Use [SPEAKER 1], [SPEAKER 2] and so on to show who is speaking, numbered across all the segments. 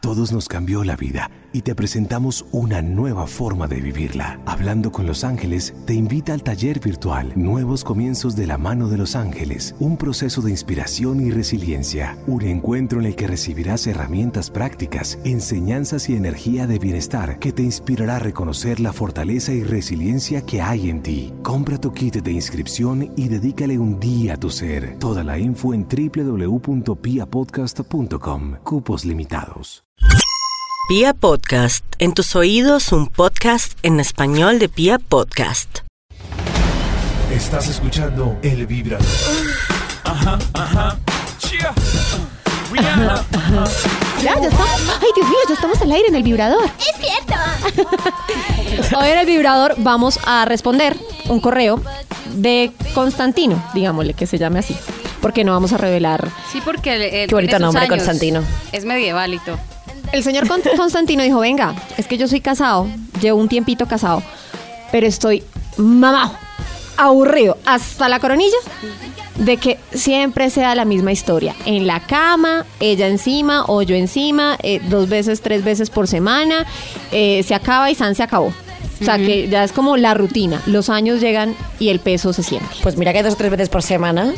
[SPEAKER 1] todos nos cambió la vida y te presentamos una nueva forma de vivirla. Hablando con los ángeles te invita al taller virtual Nuevos Comienzos de la mano de los ángeles, un proceso de inspiración y resiliencia, un encuentro en el que recibirás herramientas prácticas, enseñanzas y energía de bienestar que te inspirará a reconocer la fortaleza y resiliencia que hay en ti. Compra tu kit de inscripción y dedícale un día a tu ser. Toda la info en www.piapodcast.com. Cupos limitados.
[SPEAKER 2] Pia Podcast, en tus oídos un podcast en español de Pia Podcast.
[SPEAKER 3] Estás escuchando El Vibrador. Ajá, ajá. Chia.
[SPEAKER 4] Rihanna. Ya, ya estamos. Ay, Dios mío, ya estamos al aire en el vibrador.
[SPEAKER 5] ¡Es cierto!
[SPEAKER 4] Hoy en el vibrador vamos a responder un correo de Constantino, digámosle que se llame así. Porque no vamos a revelar.
[SPEAKER 6] Sí, porque él, él
[SPEAKER 7] Qué bonito
[SPEAKER 6] tiene sus
[SPEAKER 7] nombre,
[SPEAKER 6] años.
[SPEAKER 7] Constantino.
[SPEAKER 6] Es medievalito.
[SPEAKER 4] El señor Con- Constantino dijo: Venga, es que yo soy casado, llevo un tiempito casado, pero estoy mamado, aburrido, hasta la coronilla. De que siempre sea la misma historia. En la cama, ella encima o yo encima, eh, dos veces, tres veces por semana. eh, se acaba y San se acabó. O sea que ya es como la rutina. Los años llegan y el peso se siente.
[SPEAKER 7] Pues mira que dos o tres veces por semana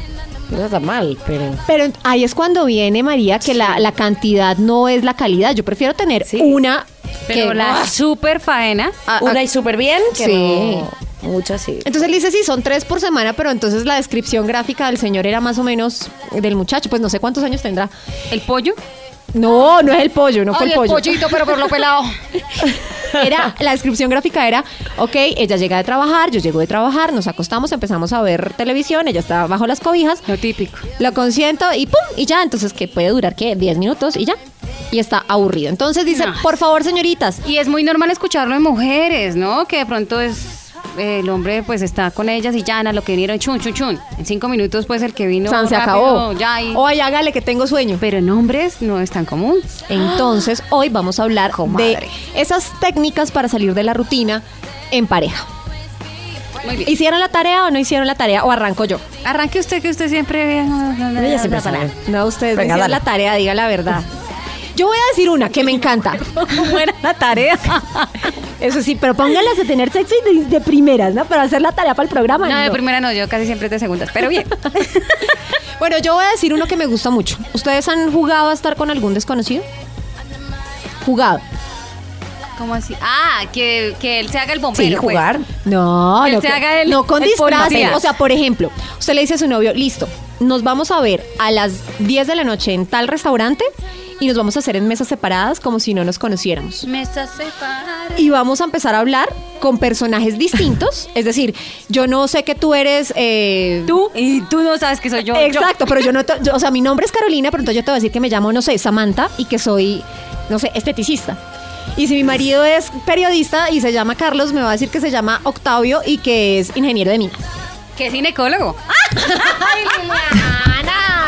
[SPEAKER 7] no está mal, pero...
[SPEAKER 4] Pero ahí es cuando viene María que la, la cantidad no es la calidad. Yo prefiero tener una
[SPEAKER 6] Pero
[SPEAKER 4] que
[SPEAKER 6] la
[SPEAKER 4] ¡Ah!
[SPEAKER 6] super faena.
[SPEAKER 4] Ah,
[SPEAKER 7] Una
[SPEAKER 4] ah.
[SPEAKER 7] y súper bien, que
[SPEAKER 4] Sí.
[SPEAKER 7] no- Muchas sí.
[SPEAKER 4] Entonces él dice, sí, son tres por semana, pero entonces la descripción gráfica del señor era más o menos del muchacho, pues no sé cuántos años tendrá.
[SPEAKER 6] El pollo.
[SPEAKER 4] No, no es el pollo, no fue
[SPEAKER 6] Ay,
[SPEAKER 4] el pollo.
[SPEAKER 6] pollito, pero por lo pelado.
[SPEAKER 4] Era, la descripción gráfica era, ok, ella llega de trabajar, yo llego de trabajar, nos acostamos, empezamos a ver televisión, ella está bajo las cobijas,
[SPEAKER 6] Lo típico.
[SPEAKER 4] Lo consiento y pum, y ya. Entonces, que puede durar, ¿qué? 10 minutos y ya. Y está aburrido. Entonces dice,
[SPEAKER 6] No.
[SPEAKER 4] por favor, señoritas.
[SPEAKER 6] Y es muy normal escucharlo en mujeres, ¿no? Que de pronto es eh, el hombre pues está con ellas y ya, a lo que vinieron, chun, chun, chun. En cinco minutos pues el que vino
[SPEAKER 4] San se
[SPEAKER 6] rápido,
[SPEAKER 4] acabó.
[SPEAKER 6] Ya, y-
[SPEAKER 4] Oye, hágale que tengo sueño.
[SPEAKER 6] Pero en hombres no es tan común.
[SPEAKER 4] Entonces, hoy vamos a hablar
[SPEAKER 6] Oh, Comadre.
[SPEAKER 4] de esas técnicas para salir de la rutina en pareja.
[SPEAKER 6] Muy bien.
[SPEAKER 4] ¿Hicieron la tarea o no hicieron la tarea? ¿O arranco yo?
[SPEAKER 6] Arranque usted que usted siempre...
[SPEAKER 7] Ella siempre sabe.
[SPEAKER 4] No, ustedes no
[SPEAKER 7] Venga,
[SPEAKER 4] hicieron
[SPEAKER 7] dale.
[SPEAKER 4] la tarea, diga la verdad. Yo voy a decir una que me encanta.
[SPEAKER 6] ¿Cómo era la tarea?
[SPEAKER 4] Eso sí, pero pónganlas a tener sexo y de, de primeras, ¿no? Para hacer la tarea para el programa.
[SPEAKER 6] No, de
[SPEAKER 4] no.
[SPEAKER 6] primera no, yo casi siempre es de segundas, pero bien.
[SPEAKER 4] Bueno, yo voy a decir uno que me gusta mucho. ¿Ustedes han jugado a estar con algún desconocido? Jugado.
[SPEAKER 6] ¿Cómo así? Ah, que, que él se haga el bombero.
[SPEAKER 7] Sí,
[SPEAKER 6] pues.
[SPEAKER 7] jugar.
[SPEAKER 4] No,
[SPEAKER 6] Que
[SPEAKER 4] no,
[SPEAKER 6] se
[SPEAKER 4] que-
[SPEAKER 6] haga el-
[SPEAKER 4] no con
[SPEAKER 6] el
[SPEAKER 4] disfraz.
[SPEAKER 6] policía.
[SPEAKER 4] O sea, por ejemplo, usted le dice a su novio, listo, nos vamos a ver a las 10 de la noche en tal restaurante y nos vamos a hacer en mesas separadas como si no nos conociéramos.
[SPEAKER 6] Me estás separando.
[SPEAKER 4] y vamos a empezar a hablar con personajes distintos. es decir, yo no sé que tú eres. eh,
[SPEAKER 6] Tú y tú no sabes que soy yo.
[SPEAKER 4] Exacto, pero yo no. te- yo- o sea, mi nombre es Carolina, pero entonces yo te voy a decir que me llamo, no sé, Samantha y que soy, no sé, esteticista. Y si mi marido es periodista y se llama Carlos, me va a decir que se llama Octavio y que es ingeniero de minas.
[SPEAKER 6] Yo. Que es ginecólogo.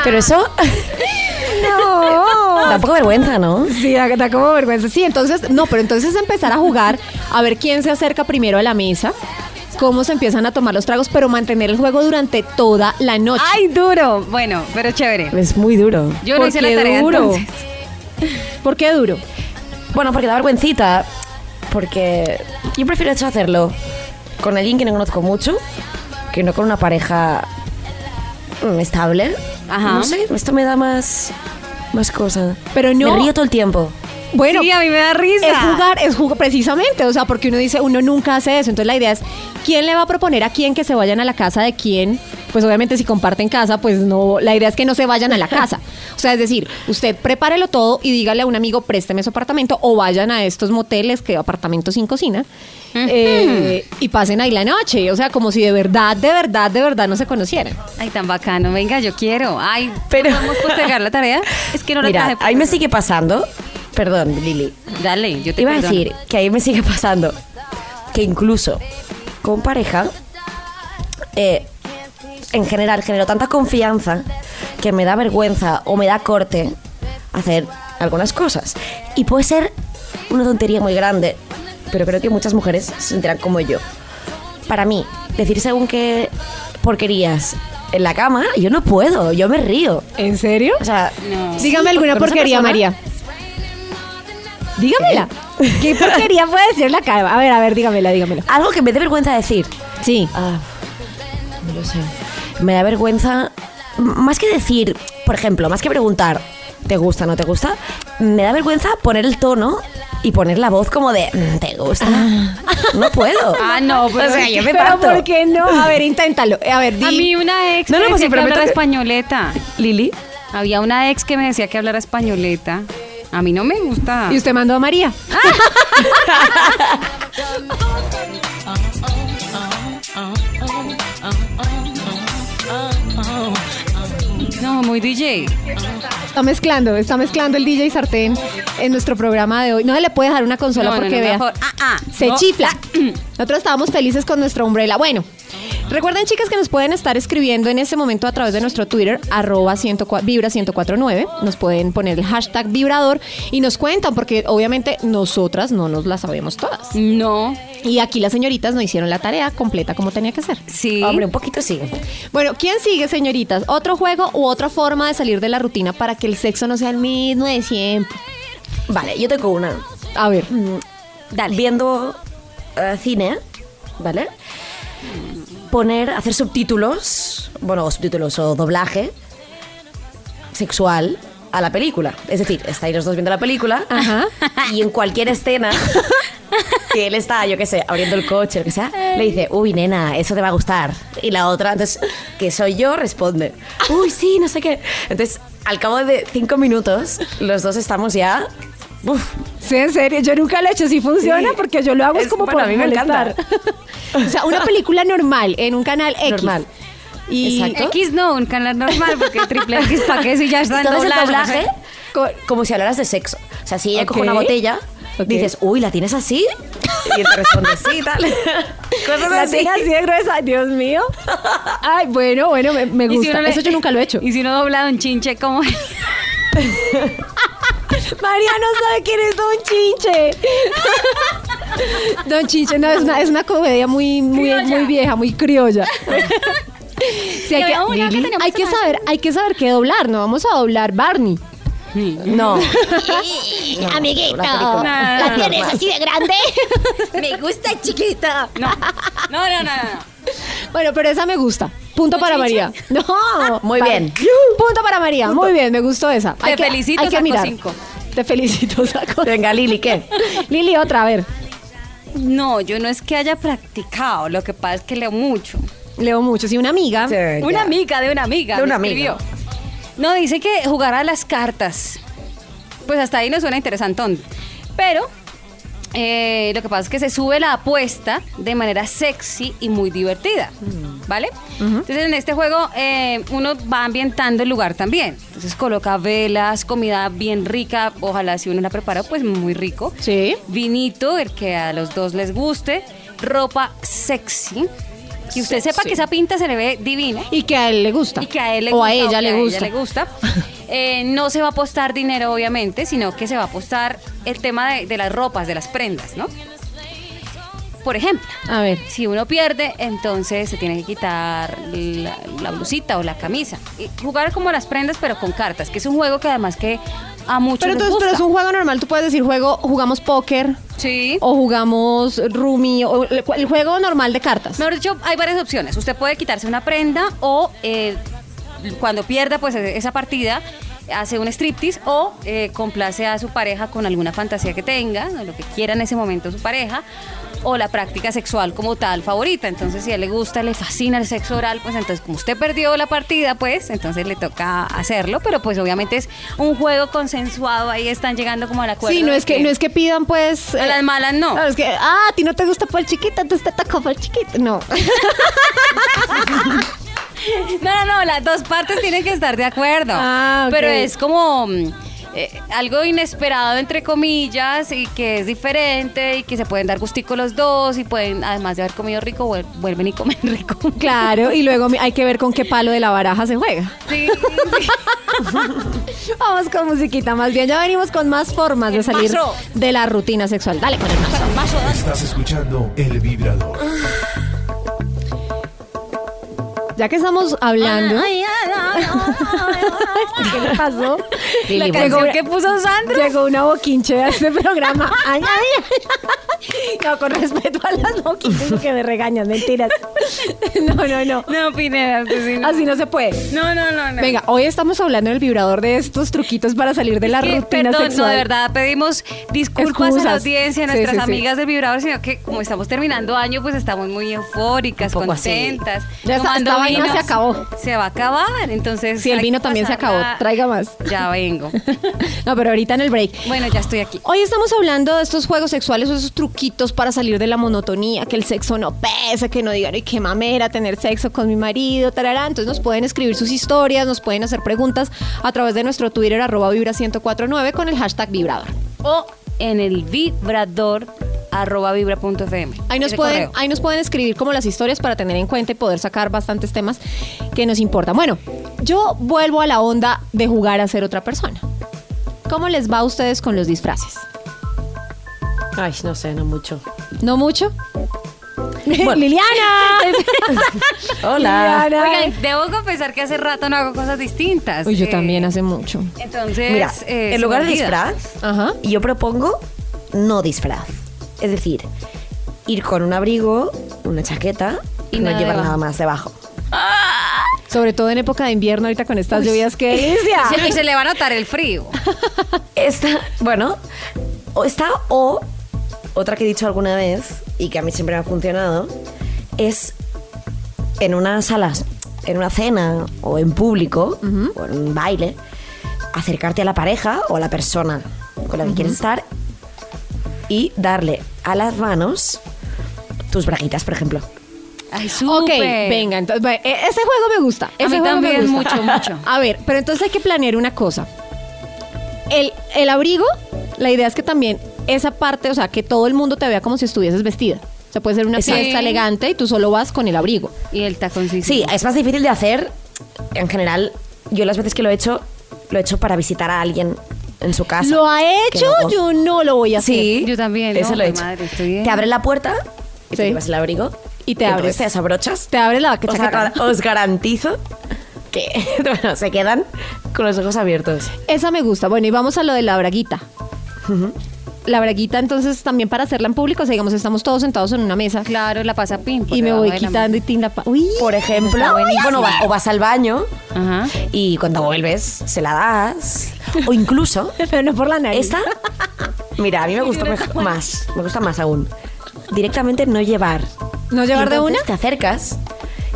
[SPEAKER 7] Pero eso
[SPEAKER 4] No.
[SPEAKER 7] da un poco vergüenza, ¿no?
[SPEAKER 4] Sí, da, da como vergüenza. Sí, entonces, no, pero entonces empezar a jugar, a ver quién se acerca primero a la mesa, cómo se empiezan a tomar los tragos, pero mantener el juego durante toda la noche.
[SPEAKER 6] Ay, duro. Bueno, pero chévere.
[SPEAKER 7] Es muy duro.
[SPEAKER 6] Yo no
[SPEAKER 4] ¿Por
[SPEAKER 6] hice
[SPEAKER 4] qué
[SPEAKER 6] la tarea
[SPEAKER 4] duro?
[SPEAKER 6] entonces.
[SPEAKER 4] ¿Por qué duro?
[SPEAKER 7] Bueno, porque da vergüencita. Porque yo prefiero eso hacerlo con alguien que no conozco mucho que no con una pareja mm, estable.
[SPEAKER 6] Ajá.
[SPEAKER 7] No sé, esto me da más, más cosa.
[SPEAKER 4] Pero no.
[SPEAKER 7] Me río todo el tiempo.
[SPEAKER 4] Bueno,
[SPEAKER 6] sí, a mí me da risa.
[SPEAKER 4] es jugar, es jugar precisamente, o sea, porque uno dice, uno nunca hace eso. Entonces la idea es, ¿quién le va a proponer a quién que se vayan a la casa de quién? Pues obviamente si comparten casa, pues no, la idea es que no se vayan a la casa. O sea, es decir, usted prepárelo todo y dígale a un amigo, présteme su apartamento o vayan a estos moteles que apartamentos sin cocina eh, y pasen ahí la noche. O sea, como si de verdad, de verdad, de verdad no se conocieran.
[SPEAKER 6] Ay, tan bacano. Venga, yo quiero. Ay,
[SPEAKER 7] Pero-
[SPEAKER 6] ¿podemos postergar la tarea? Es que no la
[SPEAKER 7] Mira,
[SPEAKER 6] traje.
[SPEAKER 7] ahí me sigue pasando. Perdón, Lili.
[SPEAKER 6] Dale, yo te
[SPEAKER 7] Iba a
[SPEAKER 6] perdono.
[SPEAKER 7] decir que ahí me sigue pasando que incluso con pareja, eh, en general, genero tanta confianza que me da vergüenza o me da corte hacer algunas cosas. Y puede ser una tontería muy grande, pero creo que muchas mujeres se sentirán como yo. Para mí, decir según qué porquerías en la cama, yo no puedo, yo me río.
[SPEAKER 4] ¿En serio?
[SPEAKER 7] O sea,
[SPEAKER 6] No.
[SPEAKER 4] Dígame alguna
[SPEAKER 7] con esa
[SPEAKER 4] porquería,
[SPEAKER 7] persona-
[SPEAKER 4] María. Dígamela. ¿Qué porquería puede decir la cara? A ver, a ver, dígamela, dígamela.
[SPEAKER 7] Algo que me dé vergüenza decir.
[SPEAKER 4] Sí.
[SPEAKER 7] Ah, no lo sé. Me da vergüenza. m- Más que decir, por ejemplo, más que preguntar, ¿te gusta o no te gusta? Me da vergüenza poner el tono y poner la voz como de, "Mm, ¿te gusta? No puedo.
[SPEAKER 6] Ah, no, pero-
[SPEAKER 7] O sea, yo me
[SPEAKER 4] Pero
[SPEAKER 7] parto.
[SPEAKER 4] ¿por qué no? A ver, inténtalo. A ver, di.
[SPEAKER 6] A mí una ex
[SPEAKER 7] No, no,
[SPEAKER 6] me
[SPEAKER 7] pues
[SPEAKER 6] decía
[SPEAKER 7] sí,
[SPEAKER 6] que
[SPEAKER 7] pero me
[SPEAKER 6] hablara
[SPEAKER 7] toca-
[SPEAKER 6] españoleta.
[SPEAKER 7] Lili.
[SPEAKER 6] Había una ex que me decía que hablara españoleta. A mí no me gusta.
[SPEAKER 4] Y usted mandó a María.
[SPEAKER 6] No, muy DJ.
[SPEAKER 4] Está mezclando, está mezclando el DJ Sartén en nuestro programa de hoy. No se le puede dejar una consola
[SPEAKER 6] No, no,
[SPEAKER 4] porque
[SPEAKER 6] no,
[SPEAKER 4] vea.
[SPEAKER 6] mejor. Ah, ah,
[SPEAKER 4] se
[SPEAKER 6] no.
[SPEAKER 4] chifla. Nosotros estábamos felices con nuestra umbrella. Bueno, recuerden, chicas, que nos pueden estar escribiendo en este momento a través de nuestro Twitter, arroba 104 vibra 1049. Nos pueden poner el hashtag vibrador y nos cuentan, porque obviamente nosotras no nos la sabemos todas.
[SPEAKER 6] No.
[SPEAKER 4] Y aquí las señoritas no hicieron la tarea completa como tenía que ser.
[SPEAKER 6] Sí.
[SPEAKER 7] Hombre, un poquito sí.
[SPEAKER 4] Bueno, ¿quién sigue, señoritas? ¿Otro juego u otra forma de salir de la rutina para que el sexo no sea el mismo de siempre?
[SPEAKER 7] Vale, yo tengo una.
[SPEAKER 4] A ver.
[SPEAKER 7] Dale. Viendo eh, cine, ¿vale? Poner, hacer subtítulos, bueno, o subtítulos o doblaje sexual a la película. Es decir, estáis los dos viendo la película
[SPEAKER 4] Ajá.
[SPEAKER 7] y en cualquier escena que él está, yo qué sé, abriendo el coche, lo que sea, le dice, uy, nena, eso te va a gustar. Y la otra, entonces, que soy yo, responde, uy, sí, no sé qué. Entonces, al cabo de cinco minutos, los dos estamos ya... uf,
[SPEAKER 4] Sí, en serio, yo nunca lo he hecho, si funciona,
[SPEAKER 7] Sí.
[SPEAKER 4] porque yo lo hago es,
[SPEAKER 7] Es-
[SPEAKER 4] como
[SPEAKER 7] bueno,
[SPEAKER 4] por
[SPEAKER 7] a mí me
[SPEAKER 4] molestar. o sea, una película normal en un canal X.
[SPEAKER 7] Normal.
[SPEAKER 4] Y
[SPEAKER 7] Exacto.
[SPEAKER 6] X no, un canal normal, porque triple X para qué si ya está en
[SPEAKER 7] Entonces el
[SPEAKER 6] doblaje, no
[SPEAKER 7] doblaje,
[SPEAKER 6] sé.
[SPEAKER 7] co- como si hablaras de sexo. O sea, si ella coge
[SPEAKER 4] Ok.
[SPEAKER 7] una botella,
[SPEAKER 4] Ok.
[SPEAKER 7] dices, uy, ¿la tienes así? Y él te responde, sí, tal. Cosas
[SPEAKER 4] la
[SPEAKER 7] así.
[SPEAKER 4] tiene así de gruesa, Dios mío. Ay, bueno, bueno, me, me
[SPEAKER 6] Y si
[SPEAKER 4] gusta.
[SPEAKER 6] uno le-
[SPEAKER 4] Eso yo nunca lo he hecho.
[SPEAKER 6] Y si no dobla un chinche, ¿cómo es?
[SPEAKER 4] María no sabe quién es Don Chinche. Don Chinche no, es una, es una comedia muy, muy,
[SPEAKER 6] Criolla.
[SPEAKER 4] muy vieja, muy criolla. Sí, hay,
[SPEAKER 6] Que
[SPEAKER 4] que,
[SPEAKER 6] había una que
[SPEAKER 4] Lili,
[SPEAKER 6] teníamos
[SPEAKER 4] hay que
[SPEAKER 6] una-
[SPEAKER 4] saber, hay que saber qué doblar, no vamos a doblar Barney.
[SPEAKER 7] No.
[SPEAKER 5] Amiguito,
[SPEAKER 7] película.
[SPEAKER 5] ¿la tienes así de grande? Me gusta chiquita.
[SPEAKER 6] No. No, no, no, no. no.
[SPEAKER 4] Bueno, pero esa me gusta. Punto para María. No.
[SPEAKER 7] Muy
[SPEAKER 4] para-
[SPEAKER 7] bien.
[SPEAKER 4] Punto para María. Muy bien, me gustó esa.
[SPEAKER 6] Te felicito, saco cinco.
[SPEAKER 4] Te felicito, saco.
[SPEAKER 7] Venga, Lili, ¿qué?
[SPEAKER 4] Lili, otra, a ver.
[SPEAKER 6] No, yo no es que haya practicado, lo que pasa es que leo mucho.
[SPEAKER 4] Leo mucho. Si una amiga.
[SPEAKER 7] Sí,
[SPEAKER 6] Una
[SPEAKER 7] ya.
[SPEAKER 6] amiga de una amiga
[SPEAKER 7] De
[SPEAKER 6] me
[SPEAKER 7] una amiga.
[SPEAKER 6] escribió. No, dice que jugar a las cartas. Pues hasta ahí nos suena interesantón. Pero eh, lo que pasa es que se sube la apuesta de manera sexy y muy divertida,
[SPEAKER 7] Mm.
[SPEAKER 6] ¿vale? Entonces en este juego eh, uno va ambientando el lugar también. Entonces coloca velas, comida bien rica, ojalá si uno la prepara, pues muy rico.
[SPEAKER 4] Sí.
[SPEAKER 6] Vinito, el que a los dos les guste, ropa sexy. Que usted sepa que esa pinta se le ve divina.
[SPEAKER 4] Y que a él le gusta.
[SPEAKER 6] Y que a él le
[SPEAKER 4] o
[SPEAKER 6] gusta.
[SPEAKER 4] a
[SPEAKER 6] que
[SPEAKER 4] ella le gusta.
[SPEAKER 6] le gusta. Eh, no se va a apostar dinero, obviamente, sino que se va a apostar el tema de, de las ropas, de las prendas, ¿no? Por ejemplo,
[SPEAKER 4] A ver.
[SPEAKER 6] si uno pierde, entonces se tiene que quitar la, la blusita o la camisa. Y jugar como las prendas, pero con cartas, que es un juego que además que a muchos
[SPEAKER 4] Pero
[SPEAKER 6] les
[SPEAKER 4] entonces, pero es
[SPEAKER 6] gusta.
[SPEAKER 4] un juego normal. Tú puedes decir juego, jugamos póker
[SPEAKER 6] Sí.
[SPEAKER 4] o jugamos rumi o el el juego normal de cartas.
[SPEAKER 6] Mejor dicho, hay varias opciones. Usted puede quitarse una prenda o eh, cuando pierda pues e- esa partida hace un striptease o eh, complace a su pareja con alguna fantasía que tenga, o lo que quiera en ese momento su pareja, o la práctica sexual como tal favorita. Entonces, si a él le gusta, le fascina el sexo oral, pues entonces como usted perdió la partida, pues entonces le toca hacerlo, pero pues obviamente es un juego consensuado, ahí están llegando como al acuerdo.
[SPEAKER 4] Sí, no
[SPEAKER 6] de
[SPEAKER 4] es que, no es que pidan pues.
[SPEAKER 6] A
[SPEAKER 4] eh,
[SPEAKER 6] las malas no.
[SPEAKER 4] No, es que, ah, a ti no te gusta por chiquita, entonces te toca por chiquita. No.
[SPEAKER 6] No, no, no, las dos partes tienen que estar de acuerdo.
[SPEAKER 4] Ah, ok.
[SPEAKER 6] Pero es como mm, eh, algo inesperado, entre comillas, y que es diferente, y que se pueden dar gustico los dos, y pueden, además de haber comido rico, vuel- vuelven y comen rico.
[SPEAKER 4] Claro, y luego mi- hay que ver con qué palo de la baraja se juega.
[SPEAKER 6] Sí,
[SPEAKER 4] Vamos con musiquita, más bien ya venimos con más formas de
[SPEAKER 6] El
[SPEAKER 4] salir
[SPEAKER 6] mazo.
[SPEAKER 4] de la rutina sexual. Dale con el mazo.
[SPEAKER 3] Estás escuchando El Vibrador.
[SPEAKER 4] Ya que estamos hablando, ¿Qué le pasó?
[SPEAKER 7] Lili,
[SPEAKER 6] La
[SPEAKER 7] bueno.
[SPEAKER 6] canción
[SPEAKER 4] Llegó-
[SPEAKER 6] que puso Sandro.
[SPEAKER 4] Llegó una boquinche a este programa. Ay, ay. No, con respeto a las boquinches que me regañan, mentiras. No, no, no.
[SPEAKER 6] No, Pineda, pues sí, no.
[SPEAKER 4] Así no se puede.
[SPEAKER 6] No, no, no, no.
[SPEAKER 4] Venga, hoy estamos hablando en el vibrador de estos truquitos para salir de la
[SPEAKER 6] Que,
[SPEAKER 4] rutina
[SPEAKER 6] perdón,
[SPEAKER 4] sexual.
[SPEAKER 6] no, de verdad, pedimos disculpas a la
[SPEAKER 4] Excusas.
[SPEAKER 6] audiencia, a
[SPEAKER 4] Sí,
[SPEAKER 6] nuestras
[SPEAKER 4] sí, sí.
[SPEAKER 6] amigas del vibrador, sino que como estamos terminando año, pues estamos muy eufóricas,
[SPEAKER 7] Un poco así.
[SPEAKER 6] contentas.
[SPEAKER 4] Ya esta-
[SPEAKER 6] tomando
[SPEAKER 4] esta vaina
[SPEAKER 6] vino.
[SPEAKER 4] se acabó.
[SPEAKER 6] Se va a acabar, entonces...
[SPEAKER 4] Si el
[SPEAKER 6] hay
[SPEAKER 4] vino
[SPEAKER 6] que
[SPEAKER 4] también se acabó,
[SPEAKER 6] pasarla-
[SPEAKER 4] traiga más.
[SPEAKER 6] Ya vengo.
[SPEAKER 4] No, pero ahorita en el break.
[SPEAKER 6] Bueno, ya estoy aquí.
[SPEAKER 4] Hoy estamos hablando de estos juegos sexuales, esos truquitos para salir de la monotonía, que el sexo no pesa, que no digan, ay, qué mamera tener sexo con mi marido, tarará. Entonces nos pueden escribir sus historias, nos pueden hacer preguntas a través de nuestro Twitter, arroba vibra1049, con el hashtag vibrador.
[SPEAKER 6] O en el vibrador arroba vibra.fm.
[SPEAKER 4] Ahí nos,
[SPEAKER 6] Ese
[SPEAKER 4] pueden,
[SPEAKER 6] correo.
[SPEAKER 4] ahí nos pueden escribir como las historias para tener en cuenta y poder sacar bastantes temas que nos importan. Bueno, yo vuelvo a la onda de jugar a ser otra persona. ¿Cómo les va a ustedes con los disfraces?
[SPEAKER 7] Ay, no sé, no mucho.
[SPEAKER 4] ¿No mucho? ¡Liliana!
[SPEAKER 7] Hola.
[SPEAKER 6] Oigan, debo confesar que hace rato no hago cosas distintas.
[SPEAKER 4] Uy, yo
[SPEAKER 6] Eh,
[SPEAKER 4] también hace mucho.
[SPEAKER 6] Entonces,
[SPEAKER 7] Mira,
[SPEAKER 6] eh,
[SPEAKER 7] en
[SPEAKER 6] se
[SPEAKER 7] lugar
[SPEAKER 6] me
[SPEAKER 7] de
[SPEAKER 6] olvida.
[SPEAKER 7] disfraz,
[SPEAKER 4] Ajá.
[SPEAKER 7] yo propongo no disfraz. Es decir, ir con un abrigo, una chaqueta y
[SPEAKER 4] Y
[SPEAKER 7] no
[SPEAKER 4] nada
[SPEAKER 7] llevar
[SPEAKER 4] debajo.
[SPEAKER 7] nada más debajo.
[SPEAKER 4] Sobre todo en época de invierno, ahorita con estas lluvias que delicia.
[SPEAKER 6] Y se- Y se le va a notar el frío.
[SPEAKER 7] Está, bueno, o está o otra que he dicho alguna vez y que a mí siempre me ha funcionado es en una sala, en una cena o en público o en un baile, acercarte a la pareja o a la persona con la que quieres estar y darle a las manos tus braguitas, por ejemplo.
[SPEAKER 6] Ay,
[SPEAKER 4] Ok,
[SPEAKER 6] súper.
[SPEAKER 4] venga, entonces, ve, e- ese juego me gusta. Ese
[SPEAKER 6] mí
[SPEAKER 4] juego me
[SPEAKER 6] también,
[SPEAKER 4] gusta.
[SPEAKER 6] mucho, mucho.
[SPEAKER 4] A ver, pero entonces hay que planear una cosa. El, el abrigo, la idea es que también esa parte, o sea, que todo el mundo te vea como si estuvieses vestida. O sea, puede ser una
[SPEAKER 6] Sí.
[SPEAKER 4] fiesta elegante y tú solo vas con el abrigo.
[SPEAKER 6] Y el taconcito.
[SPEAKER 7] Sí, es más difícil de hacer. En general, yo las veces que lo he hecho, lo he hecho para visitar a alguien en su casa.
[SPEAKER 4] ¿Lo ha
[SPEAKER 7] Qué
[SPEAKER 4] hecho?
[SPEAKER 7] loco.
[SPEAKER 4] Yo no lo voy a hacer.
[SPEAKER 7] Sí,
[SPEAKER 6] Yo también, ¿no?
[SPEAKER 7] Eso lo he
[SPEAKER 6] Ay,
[SPEAKER 7] hecho.
[SPEAKER 6] madre, estoy bien.
[SPEAKER 7] Te abren la puerta y te
[SPEAKER 4] Sí.
[SPEAKER 7] llevas el abrigo
[SPEAKER 4] Y te
[SPEAKER 7] entonces
[SPEAKER 4] abres.
[SPEAKER 7] Te desabrochas.
[SPEAKER 4] Te abres la
[SPEAKER 7] os,
[SPEAKER 4] chaqueta.
[SPEAKER 7] gar- os garantizo que bueno, se quedan con los ojos abiertos.
[SPEAKER 4] Esa me gusta. Bueno, y vamos a lo de la braguita. La braguita, entonces, también para hacerla en público, o sea, digamos, estamos todos sentados en una mesa
[SPEAKER 6] Claro, la pasa pin. por
[SPEAKER 4] y me
[SPEAKER 6] debajo
[SPEAKER 4] voy
[SPEAKER 6] de la
[SPEAKER 4] quitando y tin la pa- Uy,
[SPEAKER 7] Por ejemplo, bueno, va- o vas al baño
[SPEAKER 6] mano. Ajá.
[SPEAKER 7] y cuando vuelves se la das. O incluso
[SPEAKER 4] pero no por la nariz.
[SPEAKER 7] Esta, mira, a mí me gusta mej- más, me gusta más aún. Directamente no llevar.
[SPEAKER 4] ¿No llevar de
[SPEAKER 7] Entonces
[SPEAKER 4] una?
[SPEAKER 7] Te acercas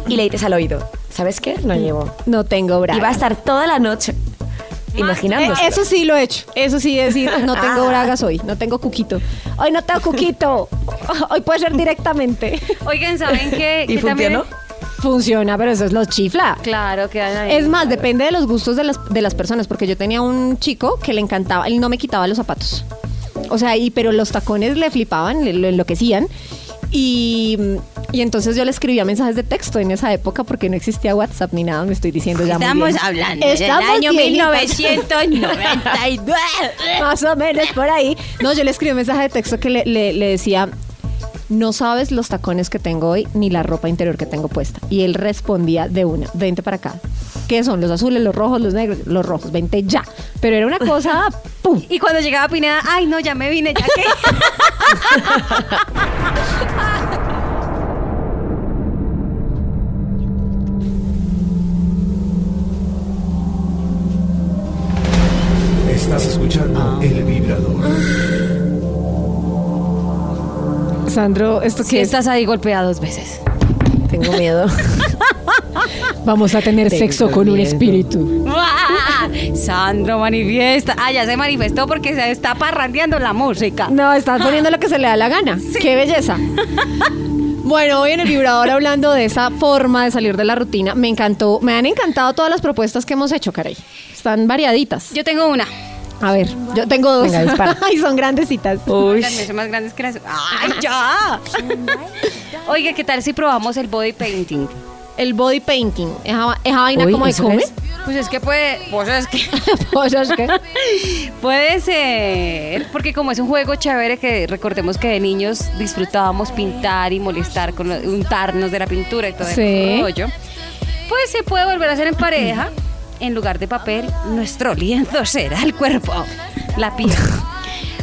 [SPEAKER 7] y le dices al oído, ¿sabes qué? No llevo.
[SPEAKER 4] No tengo braga.
[SPEAKER 7] Y va a estar toda la noche imaginando.
[SPEAKER 4] Eh, eso sí lo he hecho. Eso sí es decir, no tengo
[SPEAKER 7] Ah.
[SPEAKER 4] bragas hoy, no tengo cuquito. Hoy no tengo cuquito. Hoy puede ser directamente.
[SPEAKER 6] Oigan, ¿saben qué?
[SPEAKER 7] ¿Y
[SPEAKER 6] que también-
[SPEAKER 7] funcionó?
[SPEAKER 4] Funciona, pero eso es los chifla.
[SPEAKER 6] Claro, quedan ahí.
[SPEAKER 4] Es más, depende de los gustos de las, de las personas, porque yo tenía un chico que le encantaba, él no me quitaba los zapatos. O sea, y, pero los tacones le flipaban, le, lo enloquecían. Y, y entonces yo le escribía mensajes de texto en esa época porque no existía WhatsApp ni nada, me estoy diciendo ya muy
[SPEAKER 5] Estamos
[SPEAKER 4] bien.
[SPEAKER 5] hablando
[SPEAKER 4] Estamos
[SPEAKER 5] del año
[SPEAKER 4] viejitas.
[SPEAKER 5] 1992.
[SPEAKER 4] Más o menos por ahí. No, yo le escribí un mensaje de texto que le, le- le decía, no sabes los tacones que tengo hoy ni la ropa interior que tengo puesta. Y él respondía de una, 20 para acá. ¿Qué son? ¿Los azules, los rojos, los negros? Los rojos, 20 ya. Pero era una cosa, ¡pum!
[SPEAKER 6] Y cuando llegaba Pineda, ay, no, ya me vine, ya que.
[SPEAKER 3] Estás escuchando
[SPEAKER 4] Ah.
[SPEAKER 3] El Vibrador.
[SPEAKER 4] Sandro, ¿esto
[SPEAKER 6] Si estás ahí golpeada dos veces.
[SPEAKER 7] Tengo miedo.
[SPEAKER 4] Vamos a tener
[SPEAKER 7] Tengo sexo con un miedo. espíritu.
[SPEAKER 6] ¡Buah! Sandro manifiesta. Ah, ya se manifestó porque se está parrandeando la música.
[SPEAKER 4] No, estás poniendo lo que se le da la gana. ¡Qué belleza! Bueno, hoy en el vibrador hablando de esa forma de salir de la rutina, me encantó, me han encantado todas las propuestas que hemos hecho, caray. Están variaditas.
[SPEAKER 6] Yo tengo una.
[SPEAKER 4] A ver, yo tengo dos.
[SPEAKER 7] Venga, dispara. Oh.
[SPEAKER 4] y son grandecitas.
[SPEAKER 6] Las mías son más grandes que las. ¡Ay, ya! Oiga, ¿qué tal si probamos el body painting?
[SPEAKER 4] El body painting. Esa, va- esa vaina
[SPEAKER 7] Uy,
[SPEAKER 4] como de
[SPEAKER 7] ¿eso
[SPEAKER 4] come.
[SPEAKER 7] es?
[SPEAKER 6] Pues es que puede. Pues es que.
[SPEAKER 4] O sea, es que-
[SPEAKER 6] Puede ser, porque como es un juego chévere que recordemos que de niños disfrutábamos pintar y molestar con lo- untarnos de la pintura y todo
[SPEAKER 4] Sí.
[SPEAKER 6] ese rollo, pues se puede volver a hacer en pareja en lugar de papel, nuestro lienzo será el cuerpo, la piel.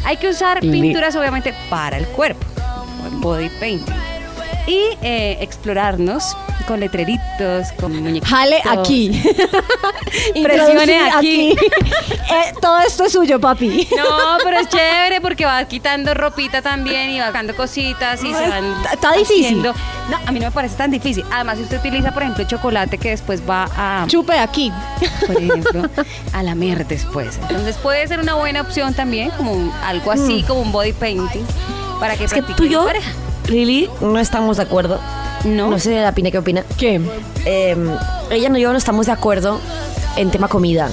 [SPEAKER 6] Hay que usar pinturas obviamente para el cuerpo, body painting. Y eh, explorarnos con letreritos, con muñequitos.
[SPEAKER 4] Jale aquí.
[SPEAKER 6] Presione aquí.
[SPEAKER 4] Eh, todo esto es suyo, papi.
[SPEAKER 6] No, pero es chévere porque va quitando ropita también y va sacando cositas y se van.
[SPEAKER 4] Está- está difícil.
[SPEAKER 6] haciendo- No, a mí no me parece tan difícil. Además, si usted utiliza, por ejemplo, chocolate que después va a,
[SPEAKER 4] Chupe aquí.
[SPEAKER 6] por ejemplo, a lamer después. Entonces puede ser una buena opción también, como un- algo
[SPEAKER 4] Mm.
[SPEAKER 6] así, como un body painting, para que
[SPEAKER 7] Es que
[SPEAKER 6] practique
[SPEAKER 7] tú y yo,
[SPEAKER 6] en pareja.
[SPEAKER 7] Lili, no estamos de acuerdo.
[SPEAKER 6] No.
[SPEAKER 7] No sé la Pine qué opina.
[SPEAKER 4] ¿Qué?
[SPEAKER 7] Eh, ella no y yo no estamos de acuerdo en tema comida.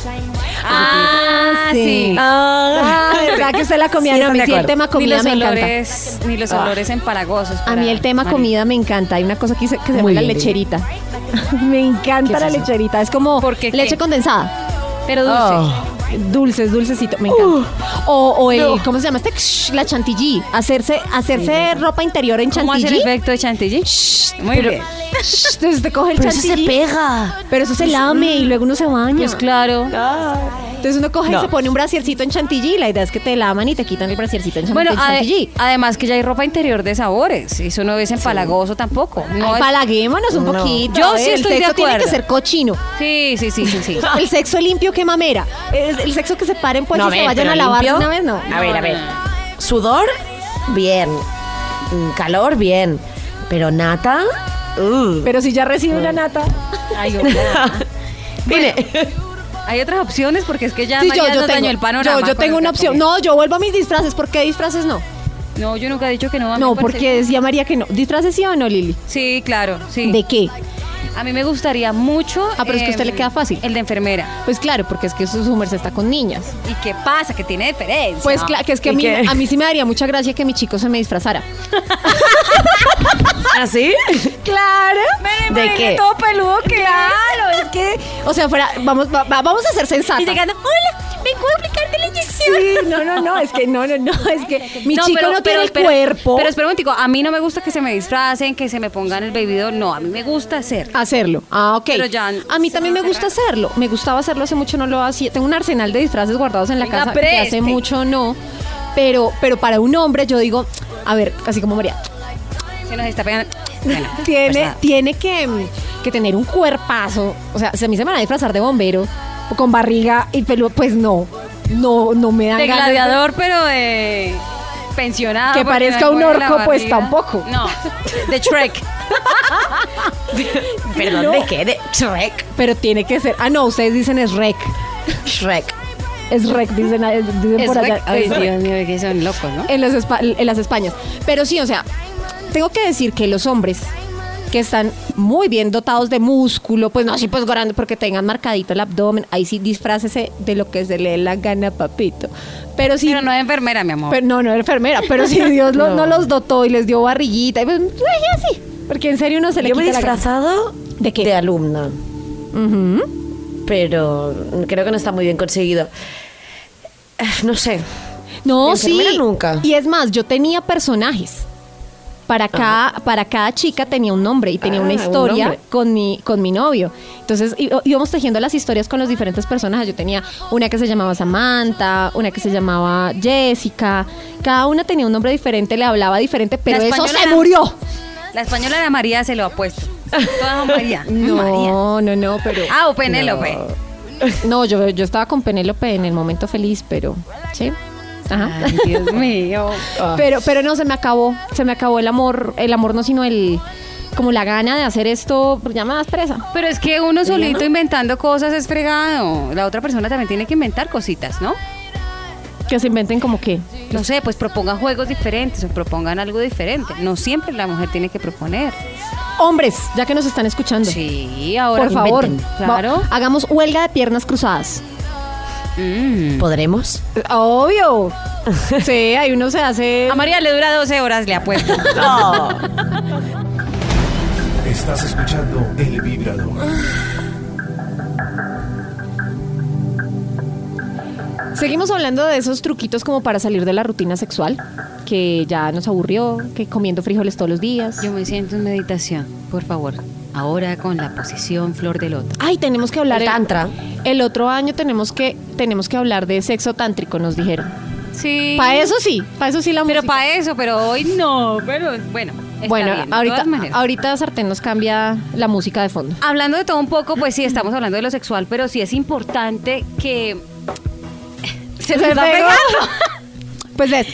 [SPEAKER 6] Ah, sí.
[SPEAKER 4] Ah, ¿verdad que usted la comida?
[SPEAKER 7] Sí,
[SPEAKER 4] no, a mí
[SPEAKER 7] están de
[SPEAKER 4] sí el
[SPEAKER 7] acuerdo.
[SPEAKER 4] tema
[SPEAKER 6] ni
[SPEAKER 4] comida
[SPEAKER 6] los
[SPEAKER 4] me encanta. Ah.
[SPEAKER 6] olores, ni los olores empalagosos.
[SPEAKER 4] A
[SPEAKER 6] para
[SPEAKER 4] mí el tema
[SPEAKER 6] manejar.
[SPEAKER 4] comida me encanta. Hay una cosa que se, que se llama
[SPEAKER 7] Muy
[SPEAKER 4] la
[SPEAKER 7] bien,
[SPEAKER 4] lecherita. me encanta la lecherita. Es como
[SPEAKER 6] ¿Por qué Oh. qué?
[SPEAKER 4] leche condensada.
[SPEAKER 6] Pero dulce.
[SPEAKER 4] Oh. Dulces, dulcecito, me encanta. o, o el, ¿cómo se llama este? Shh, La chantilly. Hacerse, hacerse ropa interior en
[SPEAKER 6] ¿Cómo
[SPEAKER 4] chantilly.
[SPEAKER 6] hace el efecto de chantilly? Muy bien.
[SPEAKER 4] Shh, Entonces te coge el
[SPEAKER 7] Pero eso se
[SPEAKER 4] chantilly.
[SPEAKER 7] pega.
[SPEAKER 4] pero eso se lame y luego uno se baña.
[SPEAKER 6] Pues claro.
[SPEAKER 4] Entonces uno coge y se pone un brasiercito en chantilly y la idea es que te laman y te quitan el brasiercito en chan-
[SPEAKER 6] Bueno,
[SPEAKER 4] en
[SPEAKER 6] ade-
[SPEAKER 4] chantilly.
[SPEAKER 6] además que ya hay ropa interior de sabores. Eso no es empalagoso tampoco. No
[SPEAKER 4] Ay,
[SPEAKER 6] es-
[SPEAKER 4] palaguémonos un poquito.
[SPEAKER 6] Yo
[SPEAKER 4] a
[SPEAKER 6] sí
[SPEAKER 4] ver,
[SPEAKER 6] estoy de
[SPEAKER 4] el sexo tiene que
[SPEAKER 6] acuerdo.
[SPEAKER 4] ser cochino.
[SPEAKER 6] sí, sí, sí, sí, sí.
[SPEAKER 4] El sexo limpio que mamera. El, el sexo que se paren pues y se vayan a lavar de una vez, no.
[SPEAKER 7] A ver, a ver. Sudor, bien. Mm, Calor, bien. Pero nata, uh.
[SPEAKER 4] Pero si ya recibe una nata.
[SPEAKER 6] Ay, hola.
[SPEAKER 7] Mire,
[SPEAKER 6] Hay otras opciones porque es que ya
[SPEAKER 4] Sí, yo,
[SPEAKER 6] María
[SPEAKER 4] yo
[SPEAKER 6] nos dañó
[SPEAKER 4] tengo,
[SPEAKER 6] el panorama.
[SPEAKER 4] yo, yo
[SPEAKER 6] con
[SPEAKER 4] tengo una
[SPEAKER 6] esta
[SPEAKER 4] opción.
[SPEAKER 6] comida.
[SPEAKER 4] No, yo vuelvo a mis disfraces. ¿Por qué disfraces no?
[SPEAKER 6] No, yo nunca he dicho que no. a mí
[SPEAKER 4] No,
[SPEAKER 6] me parece-
[SPEAKER 4] porque decía María que no. ¿Disfraces sí o no, Lili?
[SPEAKER 6] Sí, claro, sí.
[SPEAKER 4] ¿De qué?
[SPEAKER 6] A mí me gustaría mucho. em,
[SPEAKER 4] Ah, pero es que a usted le queda fácil.
[SPEAKER 6] El de enfermera.
[SPEAKER 4] Pues claro, porque es que su Summers está con niñas.
[SPEAKER 6] ¿Y qué pasa? Que tiene diferencia.
[SPEAKER 4] Pues claro, que es que a mí, a mí sí me daría mucha gracia que mi chico se me disfrazara.
[SPEAKER 7] ¿así?
[SPEAKER 4] Claro.
[SPEAKER 7] ¿De qué?
[SPEAKER 6] Todo peludo, claro.
[SPEAKER 4] Es que, o sea, fuera, vamos, va- va- vamos a ser sensatos.
[SPEAKER 6] Y llegando, hola, vengo a aplicarte la inyección.
[SPEAKER 4] Sí, no, no, no, es que no, no, no, es que mi
[SPEAKER 6] No,
[SPEAKER 4] chico
[SPEAKER 6] pero-
[SPEAKER 4] no
[SPEAKER 6] pero-
[SPEAKER 4] tiene el
[SPEAKER 6] pero-
[SPEAKER 4] cuerpo.
[SPEAKER 6] Pero espera un momentico, a mí no me gusta que se me disfracen, que se me pongan el baby doll. No, a mí me gusta hacer.
[SPEAKER 4] Hacerlo. Ah, ok.
[SPEAKER 6] Pero ya
[SPEAKER 4] a mí
[SPEAKER 6] se
[SPEAKER 4] también me
[SPEAKER 6] me
[SPEAKER 4] gusta hacerlo. Me gustaba hacerlo hace mucho, no lo hacía. Tengo un arsenal de disfraces guardados en la
[SPEAKER 6] Venga,
[SPEAKER 4] casa que hace
[SPEAKER 6] preste.
[SPEAKER 4] mucho no. Pero, pero para un hombre, yo digo, a ver, así como María,
[SPEAKER 6] Se nos está pegando. Bueno, pues
[SPEAKER 4] tiene,
[SPEAKER 6] nada.
[SPEAKER 4] tiene que, que tener un cuerpazo. O sea, si a mí se me van a disfrazar de bombero, o con barriga y pelo, pues no. No, no me dan
[SPEAKER 6] de
[SPEAKER 4] ganas de-
[SPEAKER 6] gladiador, pero de pensionado.
[SPEAKER 4] Que
[SPEAKER 6] porque
[SPEAKER 4] parezca
[SPEAKER 6] me
[SPEAKER 4] un
[SPEAKER 6] duele la
[SPEAKER 4] orco, pues,
[SPEAKER 6] barriga.
[SPEAKER 4] tampoco.
[SPEAKER 6] No, de Shrek.
[SPEAKER 7] ¿Perdón, ¿de qué? De Shrek.
[SPEAKER 4] Pero tiene que ser. Ah, no, ustedes dicen es rec.
[SPEAKER 7] Shrek.
[SPEAKER 4] Es rec, dicen, eh, dicen por allá.
[SPEAKER 6] Shrek. Ay,
[SPEAKER 4] Es rec.
[SPEAKER 6] Dios mío, que son locos, ¿no?
[SPEAKER 4] en, los espa- en las Españas. Pero sí, o sea, tengo que decir que los hombres que están muy bien dotados de músculo, pues no así pues grande porque tengan marcadito el abdomen, ahí sí disfrácese de lo que se le dé la gana, papito. Pero sí
[SPEAKER 6] Pero no de enfermera, mi amor.
[SPEAKER 4] pero no, no era enfermera, pero si Dios lo- no. los dotó y les dio barriguita, y pues ay, así, porque en serio uno se le
[SPEAKER 7] Yo me he
[SPEAKER 4] quita la gana.
[SPEAKER 7] disfrazado
[SPEAKER 4] ¿De qué?
[SPEAKER 7] de alumna.
[SPEAKER 4] Ujú.
[SPEAKER 7] Pero creo que no está muy bien conseguido. Eh, No sé.
[SPEAKER 4] No,
[SPEAKER 7] De
[SPEAKER 4] sí.
[SPEAKER 7] enfermera nunca.
[SPEAKER 4] Y es más, yo tenía personajes. Para cada, para cada chica tenía un nombre y tenía
[SPEAKER 7] Ah,
[SPEAKER 4] una
[SPEAKER 7] un
[SPEAKER 4] historia
[SPEAKER 7] nombre.
[SPEAKER 4] con mi, con mi novio. Entonces í- íbamos tejiendo las historias con los diferentes personajes. Yo tenía una que se llamaba Samantha, una que se llamaba Jessica. Cada una tenía un nombre diferente, le hablaba diferente, pero
[SPEAKER 6] La
[SPEAKER 4] eso se
[SPEAKER 6] española-
[SPEAKER 4] murió.
[SPEAKER 6] La española era María, se lo ha puesto. Todas son María. María.
[SPEAKER 4] No, no, no, pero.
[SPEAKER 6] Ah, o Penélope.
[SPEAKER 4] No, yo, yo estaba con Penélope en el momento feliz, pero. Sí. Ajá.
[SPEAKER 6] Ay, Dios mío.
[SPEAKER 4] Pero, pero no, se me acabó. Se me acabó el amor. El amor no, sino el. Como la gana de hacer esto. porque Ya me das presa.
[SPEAKER 6] Pero es que uno solito inventando cosas es fregado. La otra persona también tiene que inventar cositas, ¿no?
[SPEAKER 4] Que se inventen como que.
[SPEAKER 6] No sé, pues propongan juegos diferentes o propongan algo diferente. No siempre la mujer tiene que proponer.
[SPEAKER 4] Hombres, ya que nos están escuchando.
[SPEAKER 6] Sí, ahora
[SPEAKER 4] Por favor,
[SPEAKER 6] inventen.
[SPEAKER 4] va-
[SPEAKER 6] Claro.
[SPEAKER 4] hagamos huelga de piernas cruzadas.
[SPEAKER 6] Mm.
[SPEAKER 7] ¿Podremos?
[SPEAKER 4] Obvio. Sí, ahí uno se hace.
[SPEAKER 6] A María le dura 12 horas, le apuesto.
[SPEAKER 3] Estás escuchando El Vibrador.
[SPEAKER 4] Ah, Seguimos hablando de esos truquitos como para salir de la rutina sexual, que ya nos aburrió, que comiendo frijoles todos los días.
[SPEAKER 6] Yo me siento en meditación, por favor. Ahora con la posición flor de loto.
[SPEAKER 4] Ay, tenemos que hablar
[SPEAKER 7] El
[SPEAKER 4] el-
[SPEAKER 7] tantra.
[SPEAKER 4] El otro año tenemos que tenemos que hablar de sexo tántrico, nos dijeron.
[SPEAKER 6] Sí.
[SPEAKER 4] Para eso sí, para eso sí la
[SPEAKER 6] Pero
[SPEAKER 4] música.
[SPEAKER 6] para eso, pero hoy no. Pero bueno. está
[SPEAKER 4] bueno,
[SPEAKER 6] bien, de
[SPEAKER 4] ahorita
[SPEAKER 6] todas maneras.
[SPEAKER 4] ahorita Sartén nos cambia la música de fondo.
[SPEAKER 6] Hablando de todo un poco, pues sí, estamos hablando de lo sexual, pero sí es importante que. Se me está
[SPEAKER 4] pegó.
[SPEAKER 6] pegando.
[SPEAKER 4] Pues es.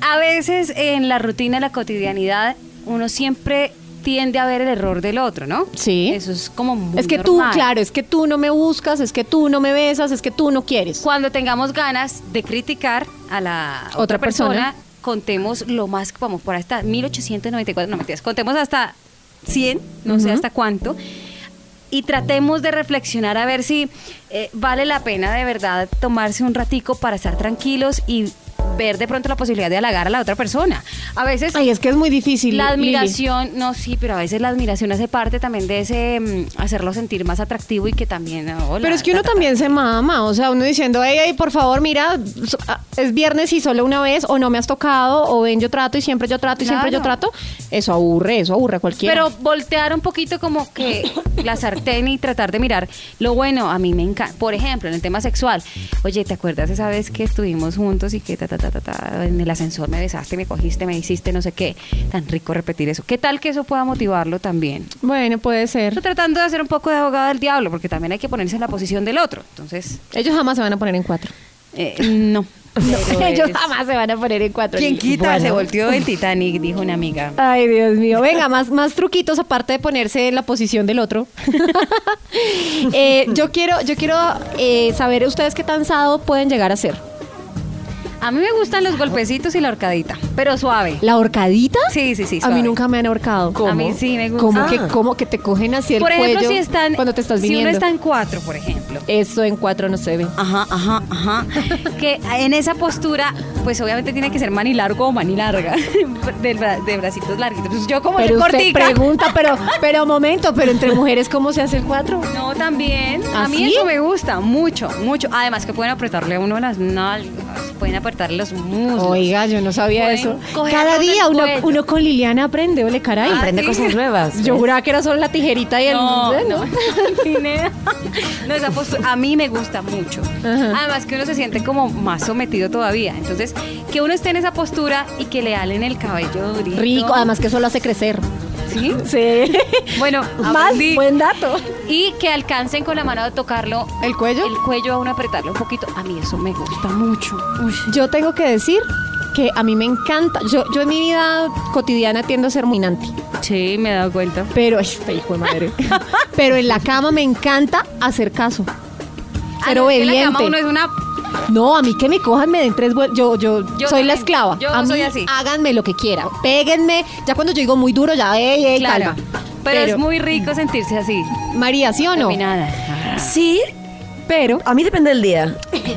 [SPEAKER 6] A veces en la rutina, en la cotidianidad, uno siempre tiende a ver el error del otro, ¿no?
[SPEAKER 4] Sí.
[SPEAKER 6] Eso es como muy
[SPEAKER 4] Es que
[SPEAKER 6] normal.
[SPEAKER 4] tú, claro, es que tú no me buscas, es que tú no me besas, es que tú no quieres.
[SPEAKER 6] Cuando tengamos ganas de criticar a la otra,
[SPEAKER 4] Otra persona.
[SPEAKER 6] persona, contemos lo más que podamos por hasta 1894, no mentiras, contemos hasta 100, no sé
[SPEAKER 4] Ujú.
[SPEAKER 6] hasta cuánto, y tratemos de reflexionar a ver si eh, vale la pena de verdad tomarse un ratico para estar tranquilos y ver de pronto la posibilidad de halagar a la otra persona. A veces
[SPEAKER 4] Ay, es que es muy difícil.
[SPEAKER 6] la
[SPEAKER 4] Lili.
[SPEAKER 6] admiración, no, sí, pero a veces la admiración hace parte también de ese mm, hacerlo sentir más atractivo y que también... ah, hola,
[SPEAKER 4] Pero es que uno
[SPEAKER 6] ta, ta, ta.
[SPEAKER 4] también se mama, o sea, uno diciendo, hey, hey, por favor, mira, so- ah, es viernes y solo una vez, o no me has tocado, o ven, yo trato y siempre yo trato y siempre yo
[SPEAKER 6] Claro.
[SPEAKER 4] trato. Eso aburre, eso aburre a cualquiera.
[SPEAKER 6] Pero voltear un poquito como que la sartén y tratar de mirar lo bueno, a mí me encanta. Por ejemplo, en el tema sexual. Oye, ¿te acuerdas esa vez que estuvimos juntos y que ta, ta, ta, ta, ta, en el ascensor me besaste, me cogiste, me hiciste no sé qué? Tan rico repetir eso. ¿Qué tal que eso pueda motivarlo también?
[SPEAKER 4] bueno, puede
[SPEAKER 6] Pero
[SPEAKER 4] ser.
[SPEAKER 6] tratando de hacer un poco de abogado del diablo, porque también hay que ponerse en la posición del otro. Entonces,
[SPEAKER 4] Ellos jamás se van a poner en cuatro.
[SPEAKER 6] eh, no. Pero
[SPEAKER 4] Ellos
[SPEAKER 6] es-
[SPEAKER 4] jamás se van a poner en cuatro.
[SPEAKER 6] ¿Quién
[SPEAKER 4] Lili.
[SPEAKER 6] quita? Se volteó el Titanic, dijo una amiga.
[SPEAKER 4] Ay, Dios mío. Venga, más, más truquitos aparte de ponerse en la posición del otro. Eh, yo quiero, yo quiero eh, saber ustedes qué tan sado pueden llegar a ser.
[SPEAKER 6] A mí me gustan los golpecitos y la horcadita, pero suave.
[SPEAKER 4] ¿La horcadita?
[SPEAKER 6] Sí, sí, sí.
[SPEAKER 4] A mí
[SPEAKER 6] suave.
[SPEAKER 4] nunca me han ahorcado.
[SPEAKER 6] A mí sí me gusta.
[SPEAKER 4] ¿Cómo,
[SPEAKER 6] Ah.
[SPEAKER 4] que, cómo que te cogen así el
[SPEAKER 6] por ejemplo,
[SPEAKER 4] cuello
[SPEAKER 6] si están,
[SPEAKER 4] cuando te estás
[SPEAKER 6] si
[SPEAKER 4] viniendo?
[SPEAKER 6] uno está en cuatro, por ejemplo.
[SPEAKER 4] Eso en cuatro no se ve.
[SPEAKER 6] Ajá, ajá, ajá. que en esa postura, pues obviamente tiene que ser mani largo o mani larga, de, bra- de bracitos larguitos. Pues yo como soy
[SPEAKER 4] pero usted
[SPEAKER 6] cortica.
[SPEAKER 4] pregunta, pero, pero momento, pero entre mujeres, ¿cómo se hace el cuatro?
[SPEAKER 6] No, también.
[SPEAKER 4] ¿Ah,
[SPEAKER 6] A mí
[SPEAKER 4] sí?
[SPEAKER 6] eso me gusta mucho, mucho. Además que pueden apretarle a uno las nalgas, pueden apretarle los muslos.
[SPEAKER 4] Oiga, yo no sabía
[SPEAKER 6] Pueden
[SPEAKER 4] eso.
[SPEAKER 6] coger
[SPEAKER 4] Cada
[SPEAKER 6] algo del
[SPEAKER 4] día uno,
[SPEAKER 6] cuello.
[SPEAKER 4] uno con Liliana aprende, ole caray.
[SPEAKER 6] Ah,
[SPEAKER 7] Aprende
[SPEAKER 6] sí.
[SPEAKER 7] cosas nuevas. pues.
[SPEAKER 4] Yo
[SPEAKER 7] ¿ves?
[SPEAKER 4] juraba que era solo la tijerita y el...
[SPEAKER 6] No,
[SPEAKER 4] bueno.
[SPEAKER 6] no, Pineda. No, esa postura a mí me gusta mucho.
[SPEAKER 4] Ajá.
[SPEAKER 6] Además que uno se siente como más sometido todavía. Entonces, que uno esté en esa postura y que le halen el cabello durito.
[SPEAKER 4] Rico, además que eso lo hace crecer.
[SPEAKER 6] Sí.
[SPEAKER 4] Sí.
[SPEAKER 6] Bueno,
[SPEAKER 4] Más,
[SPEAKER 6] aprendí.
[SPEAKER 4] buen dato.
[SPEAKER 6] Y que alcancen con la mano a tocarlo.
[SPEAKER 4] ¿El cuello?
[SPEAKER 6] El cuello a uno apretarlo un poquito. A mí eso me gusta mucho. Uy.
[SPEAKER 4] Yo tengo que decir que a mí me encanta. Yo, yo en mi vida cotidiana tiendo a ser muy nanti.
[SPEAKER 6] Sí, me he dado cuenta.
[SPEAKER 4] Pero, ay, este hijo de madre. pero en la cama me encanta hacer caso. Ser
[SPEAKER 6] Pero Ah, En la
[SPEAKER 4] obediente.
[SPEAKER 6] cama uno es una...
[SPEAKER 4] No, a mí que me cojan, me den tres vueltas. Yo, yo,
[SPEAKER 6] Yo
[SPEAKER 4] soy la
[SPEAKER 6] también.
[SPEAKER 4] esclava.
[SPEAKER 6] Yo
[SPEAKER 4] a mí,
[SPEAKER 6] soy así.
[SPEAKER 4] háganme lo que quieran. Péguenme. Ya cuando yo digo muy duro, ya, ey, ey,
[SPEAKER 6] Claro.
[SPEAKER 4] calma.
[SPEAKER 6] Pero, es muy rico sentirse así. Ah,
[SPEAKER 4] María, ¿sí o no?
[SPEAKER 6] dominada.
[SPEAKER 7] Sí,
[SPEAKER 4] Pero,
[SPEAKER 7] a mí depende del día.